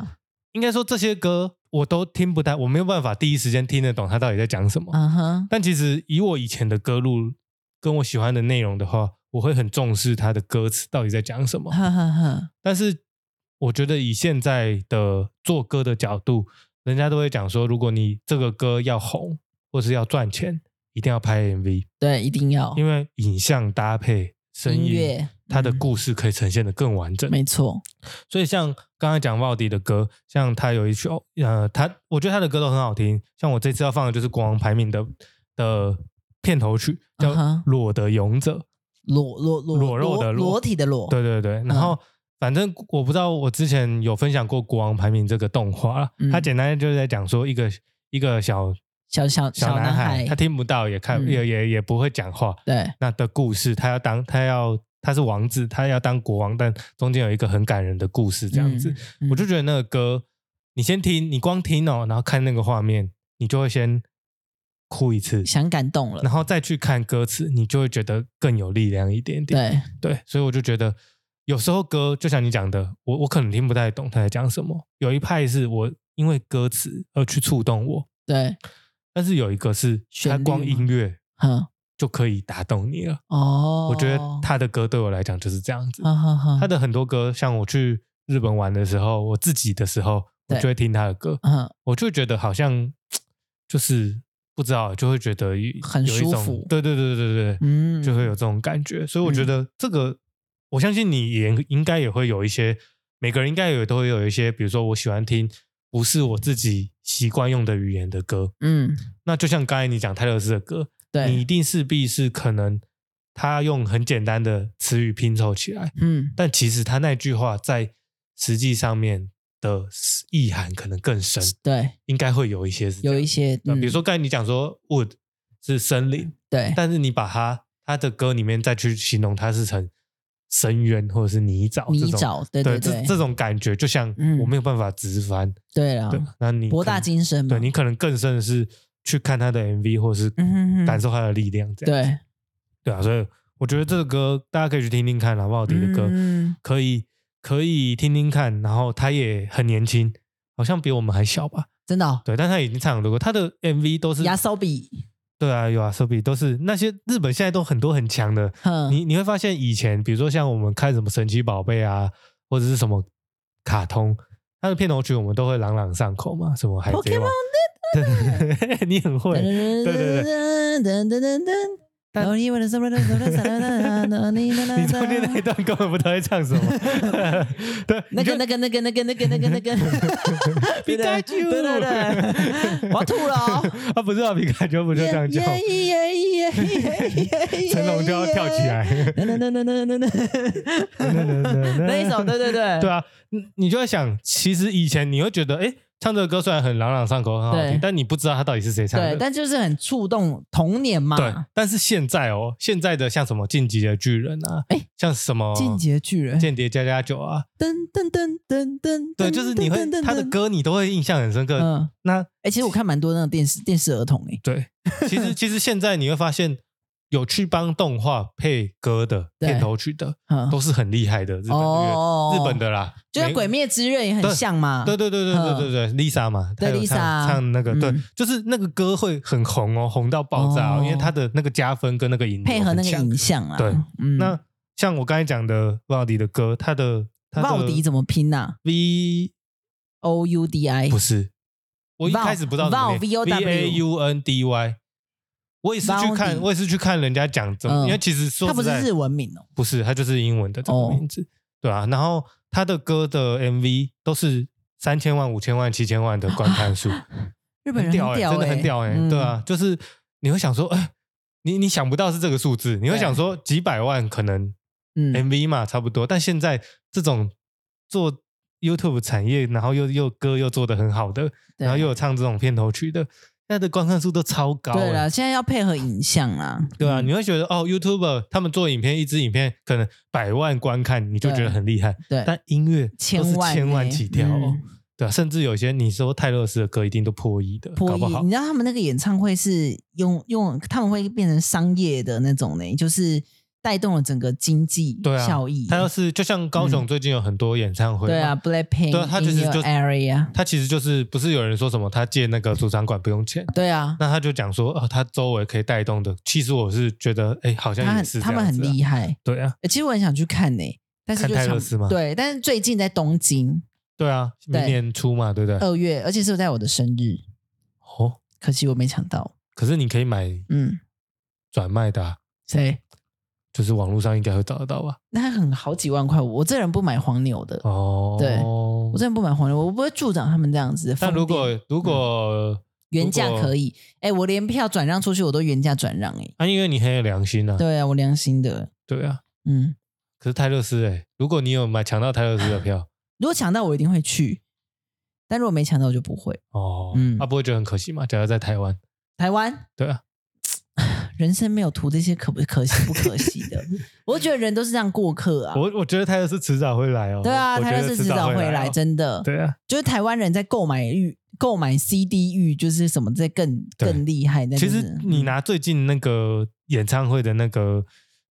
[SPEAKER 1] 应该说这些歌我都听不太，我没有办法第一时间听得懂他到底在讲什么。
[SPEAKER 2] 嗯哼，
[SPEAKER 1] 但其实以我以前的歌路跟我喜欢的内容的话，我会很重视他的歌词到底在讲什么。
[SPEAKER 2] 呵呵呵，
[SPEAKER 1] 但是我觉得以现在的做歌的角度，人家都会讲说，如果你这个歌要红或是要赚钱，一定要拍 MV，
[SPEAKER 2] 对，一定要
[SPEAKER 1] 因为影像搭配声
[SPEAKER 2] 哦音
[SPEAKER 1] 音，
[SPEAKER 2] 乐，
[SPEAKER 1] 它的
[SPEAKER 2] 嗯
[SPEAKER 1] 故事可以呈现的更完整。
[SPEAKER 2] 没错，
[SPEAKER 1] 所以像刚才讲鲍迪的歌，像他有一曲，哦呃，他我觉得他的歌都很好听。像我这次要放的就是国王排名的的片头曲，叫
[SPEAKER 2] 嗯哼
[SPEAKER 1] 《裸的勇者》。
[SPEAKER 2] 裸裸裸
[SPEAKER 1] 裸露的
[SPEAKER 2] 裸
[SPEAKER 1] 裸
[SPEAKER 2] 裸体的裸，嗯
[SPEAKER 1] 对对对，然后反正我不知道，我之前有分享过《国王排名》这个动画啦，
[SPEAKER 2] 嗯
[SPEAKER 1] 它简单就是在讲说一个一个小
[SPEAKER 2] 小小
[SPEAKER 1] 小
[SPEAKER 2] 男
[SPEAKER 1] 男孩，他听不到也看、
[SPEAKER 2] 嗯
[SPEAKER 1] 也也也不会讲话，
[SPEAKER 2] 对
[SPEAKER 1] 那的故事，他要当他要他是王子，他要当国王，但中间有一个很感人的故事，这样子，，
[SPEAKER 2] 嗯
[SPEAKER 1] 我就觉得那个歌，你先听，你光听哦，然后看那个画面，你就会先哭一次
[SPEAKER 2] 嗯，想感动了
[SPEAKER 1] 然，后再去看歌词，你就会觉得更有力量一点点。
[SPEAKER 2] 对
[SPEAKER 1] 对所以我就觉得有时候歌就像你讲的，我我可能听不太懂他在讲什么。有一派是我因为歌词而去触动我，
[SPEAKER 2] 对，
[SPEAKER 1] 但是有一个是
[SPEAKER 2] 旋
[SPEAKER 1] 他
[SPEAKER 2] 律
[SPEAKER 1] 光
[SPEAKER 2] 吗
[SPEAKER 1] 音乐
[SPEAKER 2] 哼
[SPEAKER 1] 就可以打动你了。
[SPEAKER 2] 哦，
[SPEAKER 1] 我觉得他的歌对我来讲就是这样子。
[SPEAKER 2] 哼哼哼，
[SPEAKER 1] 他的很多歌，像我去日本玩的时候，我自己的时候，我
[SPEAKER 2] 对
[SPEAKER 1] 就会听他的歌，
[SPEAKER 2] 嗯
[SPEAKER 1] 我就会觉得好像就是不知道，就会觉得有
[SPEAKER 2] 很
[SPEAKER 1] 有一
[SPEAKER 2] 舒
[SPEAKER 1] 种
[SPEAKER 2] 服
[SPEAKER 1] 对对对对对对，
[SPEAKER 2] 嗯，
[SPEAKER 1] 就会有这种感觉。所以我觉得这个，我相信你也应该也会有一些，每个人应该也都会有一些，比如说我喜欢听不是我自己习惯用的语言的歌。
[SPEAKER 2] 嗯
[SPEAKER 1] 那就像刚才你讲泰勒斯的歌，你一
[SPEAKER 2] 对，
[SPEAKER 1] 定势必是可能他用很简单的词语拼凑起来，
[SPEAKER 2] 嗯
[SPEAKER 1] 但其实他那句话在实际上面的意涵可能更深，
[SPEAKER 2] 对，
[SPEAKER 1] 应该会有一些是这样
[SPEAKER 2] 有一些，
[SPEAKER 1] 对
[SPEAKER 2] 嗯
[SPEAKER 1] 比如说刚才你讲说 wood 是森林，
[SPEAKER 2] 对
[SPEAKER 1] 但是你把它他的歌里面再去形容它是成深渊或者是泥沼
[SPEAKER 2] 泥
[SPEAKER 1] 这种。
[SPEAKER 2] 沼，对
[SPEAKER 1] 对
[SPEAKER 2] 对
[SPEAKER 1] 这这种感觉，就像
[SPEAKER 2] 嗯
[SPEAKER 1] 我没有办法直翻，
[SPEAKER 2] 对了
[SPEAKER 1] 对，，那你
[SPEAKER 2] 博大
[SPEAKER 1] 可能
[SPEAKER 2] 精深嘛，
[SPEAKER 1] 对你可能更甚的是去看他的 MV，或是
[SPEAKER 2] 嗯哼哼
[SPEAKER 1] 感受他的力量，这样
[SPEAKER 2] 对，
[SPEAKER 1] 对啊，所以我觉得这个歌大家可以去听听看，蓝宝迪的歌、
[SPEAKER 2] 嗯
[SPEAKER 1] 可以可以听听看，然后他也很年轻，好像比我们还小吧，
[SPEAKER 2] 真的哦
[SPEAKER 1] 对，但他已经唱很多歌，他的 MV 都是
[SPEAKER 2] 压缩比，
[SPEAKER 1] 对啊，有啊，手比都是那些日本现在都很多很强的，
[SPEAKER 2] 哼，
[SPEAKER 1] 你你会发现以前比如说像我们看什么神奇宝贝啊，或者是什么卡通，它的片头曲我们都会朗朗上口嘛，什么海贼王。 (laughs) 你很会，
[SPEAKER 2] 对
[SPEAKER 1] 对
[SPEAKER 2] 对对。
[SPEAKER 1] 但
[SPEAKER 2] 你你
[SPEAKER 1] 你中间那一段根本不知道在唱什么。 (laughs) 对，
[SPEAKER 2] 那
[SPEAKER 1] 你
[SPEAKER 2] 个 (laughs)
[SPEAKER 1] 就
[SPEAKER 2] 那个那个那个那个那个那个，
[SPEAKER 1] (laughs) 皮卡丘，
[SPEAKER 2] 对对对，我要吐了哦！
[SPEAKER 1] 啊，不是啊，皮卡丘不就这样叫？成
[SPEAKER 2] 成
[SPEAKER 1] 龙就要跳起。 (laughs) 来。
[SPEAKER 2] 那那那那那那那那一首，对对
[SPEAKER 1] (laughs)
[SPEAKER 2] 对，
[SPEAKER 1] 对啊，你你就会想，其实以前你会觉得，哎，唱这个歌虽然很朗朗上口，很好听
[SPEAKER 2] 对，
[SPEAKER 1] 但你不知道他到底是谁唱
[SPEAKER 2] 对，啊
[SPEAKER 1] 的。
[SPEAKER 2] 但就是很触动童年嘛。
[SPEAKER 1] 对，但是现在哦，现在的像什么《进击的巨人》啊，
[SPEAKER 2] 诶
[SPEAKER 1] 像什么
[SPEAKER 2] 进
[SPEAKER 1] 《
[SPEAKER 2] 阶巨人，
[SPEAKER 1] 间谍加加酒》啊，
[SPEAKER 2] 噔噔噔噔噔，
[SPEAKER 1] 对，就是你会他的，歌你都会印象很深刻。
[SPEAKER 2] 嗯，
[SPEAKER 1] 那
[SPEAKER 2] 哎，其实我看蛮多那种电视电视儿童，哎， (laughs)
[SPEAKER 1] 对，其实其实现在你会发现，有去帮动画配歌的
[SPEAKER 2] 对
[SPEAKER 1] 片头曲的，
[SPEAKER 2] 嗯，
[SPEAKER 1] 都是很厉害的日本
[SPEAKER 2] 哦
[SPEAKER 1] 乐日本的啦，
[SPEAKER 2] 就像《
[SPEAKER 1] 美
[SPEAKER 2] 鬼灭之刃》也很
[SPEAKER 1] 对
[SPEAKER 2] 像嘛。
[SPEAKER 1] 对对对对对对对，Lisa 嘛，
[SPEAKER 2] 对
[SPEAKER 1] 她有
[SPEAKER 2] Lisa
[SPEAKER 1] 唱唱那个，对
[SPEAKER 2] 嗯，
[SPEAKER 1] 就是那个歌会很红哦，红到爆炸哦，
[SPEAKER 2] 哦
[SPEAKER 1] 因为它的那个加分跟那个引流
[SPEAKER 2] 配合那
[SPEAKER 1] 很
[SPEAKER 2] 个
[SPEAKER 1] 强
[SPEAKER 2] 影像啦。
[SPEAKER 1] 对，
[SPEAKER 2] 嗯，
[SPEAKER 1] 那像我刚才讲的鲍迪的歌，它的它的
[SPEAKER 2] 奥迪怎么拼啊呐
[SPEAKER 1] V
[SPEAKER 2] ？O U D I
[SPEAKER 1] 不是，我一
[SPEAKER 2] Vau-
[SPEAKER 1] 开始不知道怎么
[SPEAKER 2] Vau-
[SPEAKER 1] 念
[SPEAKER 2] V O W
[SPEAKER 1] A U N D Y。我也是去
[SPEAKER 2] Vaudi
[SPEAKER 1] 看，我也是去看人家讲怎么，
[SPEAKER 2] 嗯
[SPEAKER 1] 因为其实说
[SPEAKER 2] 它不
[SPEAKER 1] 实在
[SPEAKER 2] 是日文名哦，
[SPEAKER 1] 不是，它就是英文的这个
[SPEAKER 2] 哦
[SPEAKER 1] 名字，对啊。然后他的歌的 MV 都是三千万、五千万、七千万的观看
[SPEAKER 2] (laughs)
[SPEAKER 1] 数，
[SPEAKER 2] 日本
[SPEAKER 1] 很
[SPEAKER 2] 人
[SPEAKER 1] 屌欸
[SPEAKER 2] 屌欸，
[SPEAKER 1] 真的很屌哎、
[SPEAKER 2] 嗯
[SPEAKER 1] 对啊，就是你会想说，哎、你你想不到是这个数字，你会
[SPEAKER 2] 对
[SPEAKER 1] 想说几百万可能
[SPEAKER 2] 嗯，
[SPEAKER 1] MV 嘛，差不多。但现在这种做 YouTube 产业，然后又又歌又做的很好的，
[SPEAKER 2] 对
[SPEAKER 1] 然后又有唱这种片头曲的，现在的观看数都超高、
[SPEAKER 2] 对
[SPEAKER 1] 欸
[SPEAKER 2] 了，。现在要配合影像啦。
[SPEAKER 1] 对啊，
[SPEAKER 2] 嗯
[SPEAKER 1] 你会觉得哦，YouTuber 他们做影片，一支影片可能百万观看，你就觉得很厉害。
[SPEAKER 2] 对，
[SPEAKER 1] 但音乐都是
[SPEAKER 2] 千万
[SPEAKER 1] 千万
[SPEAKER 2] 欸
[SPEAKER 1] 起跳哦，
[SPEAKER 2] 嗯
[SPEAKER 1] 对啊，甚至有些你说泰勒斯的歌一定都破亿的，
[SPEAKER 2] 破
[SPEAKER 1] 搞不
[SPEAKER 2] 译，
[SPEAKER 1] 好
[SPEAKER 2] 你知道他们那个演唱会是用用，他们会变成商业的那种呢，就是带动了整个经济
[SPEAKER 1] 对啊，
[SPEAKER 2] 效益。嗯
[SPEAKER 1] 他要是就像高雄最近有很多演唱会嘛，
[SPEAKER 2] 对啊，Blackpink，
[SPEAKER 1] 对啊他就是
[SPEAKER 2] In Your
[SPEAKER 1] 就
[SPEAKER 2] Area，
[SPEAKER 1] 他其实就是不是有人说什么他借那个主场馆不用钱，
[SPEAKER 2] 对啊，
[SPEAKER 1] 那他就讲说哦，他周围可以带动的。其实我是觉得，哎，好像
[SPEAKER 2] 他
[SPEAKER 1] 也
[SPEAKER 2] 很
[SPEAKER 1] 是
[SPEAKER 2] 他们很
[SPEAKER 1] 害，
[SPEAKER 2] 厉害。
[SPEAKER 1] 对啊，
[SPEAKER 2] 欸其实我很想去看呢、但是
[SPEAKER 1] 看
[SPEAKER 2] 就
[SPEAKER 1] 泰
[SPEAKER 2] 想
[SPEAKER 1] 勒斯吗
[SPEAKER 2] 对，但是最近在东京
[SPEAKER 1] 对啊，
[SPEAKER 2] 对呃
[SPEAKER 1] 明年初嘛，对不对？
[SPEAKER 2] 二月，而且是在我的生日，
[SPEAKER 1] 哦，
[SPEAKER 2] 可惜我没抢到。
[SPEAKER 1] 可是你可以买
[SPEAKER 2] 嗯，
[SPEAKER 1] 转卖的啊，
[SPEAKER 2] 谁？
[SPEAKER 1] 就是网络上应该会找得到吧？啊
[SPEAKER 2] 那他很好几万块，我这人不买黄牛的，
[SPEAKER 1] 哦，
[SPEAKER 2] 对我这人不买黄牛，我不会助长他们这样子的疯癫。
[SPEAKER 1] 但如果如
[SPEAKER 2] 嗯
[SPEAKER 1] 果嗯
[SPEAKER 2] 原价可
[SPEAKER 1] 以，
[SPEAKER 2] 以，哎、我连票转让出去我都原价转让、欸，
[SPEAKER 1] 啊，因为你很有良心啊，
[SPEAKER 2] 对啊，我良心的，
[SPEAKER 1] 对啊，
[SPEAKER 2] 嗯，
[SPEAKER 1] 可是泰勒斯哎、如果你有买抢到泰勒斯的票
[SPEAKER 2] (laughs) 如果抢到，我一定会去；但如果没抢到，我就不会。
[SPEAKER 1] 哦，
[SPEAKER 2] 嗯
[SPEAKER 1] 他、不会觉得很可惜吗？假如在台湾，
[SPEAKER 2] 台湾
[SPEAKER 1] 对啊，
[SPEAKER 2] 人生没有图这些可不可惜不可惜
[SPEAKER 1] (laughs)
[SPEAKER 2] 的，我觉得人都是这样过客啊。
[SPEAKER 1] 我我觉得泰勒斯迟早会来哦。
[SPEAKER 2] 对啊，
[SPEAKER 1] 我觉得
[SPEAKER 2] 泰勒斯
[SPEAKER 1] 迟
[SPEAKER 2] 迟早
[SPEAKER 1] 会
[SPEAKER 2] 会来，
[SPEAKER 1] 哦
[SPEAKER 2] 真的。
[SPEAKER 1] 对啊。
[SPEAKER 2] 就是台湾人在购买欲、购买 CD 欲，就是什么在更
[SPEAKER 1] 对
[SPEAKER 2] 更厉害。那就
[SPEAKER 1] 其
[SPEAKER 2] 是嗯
[SPEAKER 1] 实你拿最近那个演唱会的那个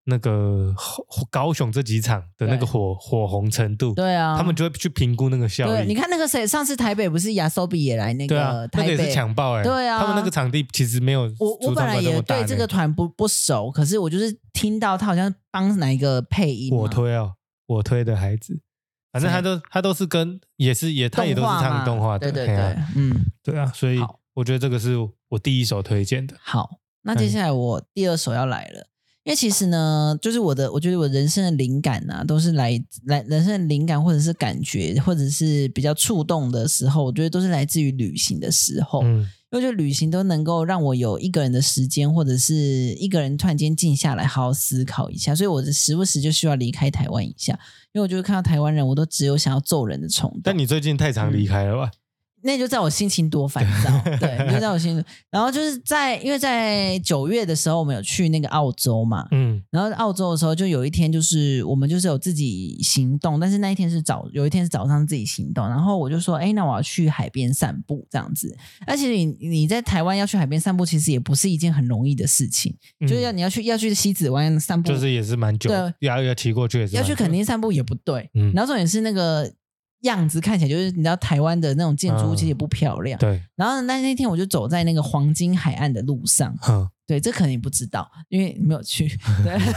[SPEAKER 1] 那个火高雄这几场的那个
[SPEAKER 2] 对
[SPEAKER 1] 火火红程度，
[SPEAKER 2] 对啊，
[SPEAKER 1] 他们就会去评估那个效
[SPEAKER 2] 对，
[SPEAKER 1] 益。
[SPEAKER 2] 你看那个谁，上次台北不是亚索比也来那
[SPEAKER 1] 对啊
[SPEAKER 2] 个，
[SPEAKER 1] 那
[SPEAKER 2] 台
[SPEAKER 1] 个
[SPEAKER 2] 北，
[SPEAKER 1] 也是抢爆哎、
[SPEAKER 2] 对啊
[SPEAKER 1] 他们那个场地其实没有
[SPEAKER 2] 我我
[SPEAKER 1] 主
[SPEAKER 2] 本
[SPEAKER 1] 场
[SPEAKER 2] 来
[SPEAKER 1] 馆那
[SPEAKER 2] 也
[SPEAKER 1] 么大
[SPEAKER 2] 对
[SPEAKER 1] 呢
[SPEAKER 2] 这个团不不熟，可是我就是听到他好像帮哪一个配音啊嘛，
[SPEAKER 1] 我推哦，我推的孩子，反正他都他都是跟也是也他也都是唱动画的，
[SPEAKER 2] 对对
[SPEAKER 1] 嘿
[SPEAKER 2] 对
[SPEAKER 1] 啊，
[SPEAKER 2] 嗯，
[SPEAKER 1] 对啊，所以
[SPEAKER 2] 好
[SPEAKER 1] 我觉得这个是我第一首推荐的，
[SPEAKER 2] 好，那
[SPEAKER 1] 嗯
[SPEAKER 2] 接下来我第二首要来了。因为其实呢，就是我的，我觉得我人生的灵感啊，都是来来人生的灵感，或者是感觉，或者是比较触动的时候，我觉得都是来自于旅行的时候。
[SPEAKER 1] 嗯
[SPEAKER 2] 因为就旅行都能够让我有一个人的时间，或者是一个人突然间静下来，好好思考一下。所以我时不时就需要离开台湾一下，因为我就会看到台湾人，我都只有想要揍人的冲动。
[SPEAKER 1] 但你最近太常离开了吧？
[SPEAKER 2] 那就在我心情多烦
[SPEAKER 1] (laughs)
[SPEAKER 2] 躁，对，就在我心情。然后就是在因为在九月的时候，我们有去那个澳洲嘛，
[SPEAKER 1] 嗯
[SPEAKER 2] 然后澳洲的时候，就有一天就是我们就是有自己行动，但是那一天是早有一天是早上自己行动，然后我就说，哎，那我要去海边散步这样子。而且你你在台湾要去海边散步，其实也不是一件很容易的事情，
[SPEAKER 1] 嗯，
[SPEAKER 2] 就是要你要去要去西子湾散步，
[SPEAKER 1] 就是也是蛮久
[SPEAKER 2] 对，啊
[SPEAKER 1] 要要骑过去也是
[SPEAKER 2] 要
[SPEAKER 1] 蛮久
[SPEAKER 2] 去垦丁散步也不对。
[SPEAKER 1] 嗯
[SPEAKER 2] 然后重点是那个样子看起来就是你知道台湾的那种建筑物
[SPEAKER 1] 嗯
[SPEAKER 2] 其实也不漂亮。
[SPEAKER 1] 对，
[SPEAKER 2] 然后那那天我就走在那个黄金海岸的路上，
[SPEAKER 1] 哼
[SPEAKER 2] 对，这可能你不知道，因为你没有去。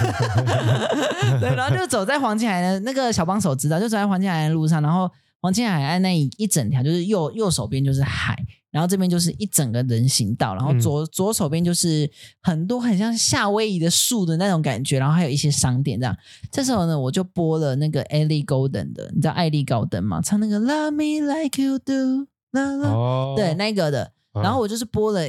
[SPEAKER 2] 对，对，然后就走在黄金海岸，那个小帮手知道，就走在黄金海岸的路上，然后黄金海岸那一一整条就是右右手边就是海，然后这边就是一整个人行道，然后左、左手边就是很多很像夏威夷的树的那种感觉，然后还有一些商店这样。这时候呢，我就播了那个 Ellie Golden 的，你知道艾丽高登吗？唱那个 Love Me Like You Do，啦啦，
[SPEAKER 1] 哦，嗯
[SPEAKER 2] 嗯对，那个的。然后
[SPEAKER 1] 我
[SPEAKER 2] 我就是播了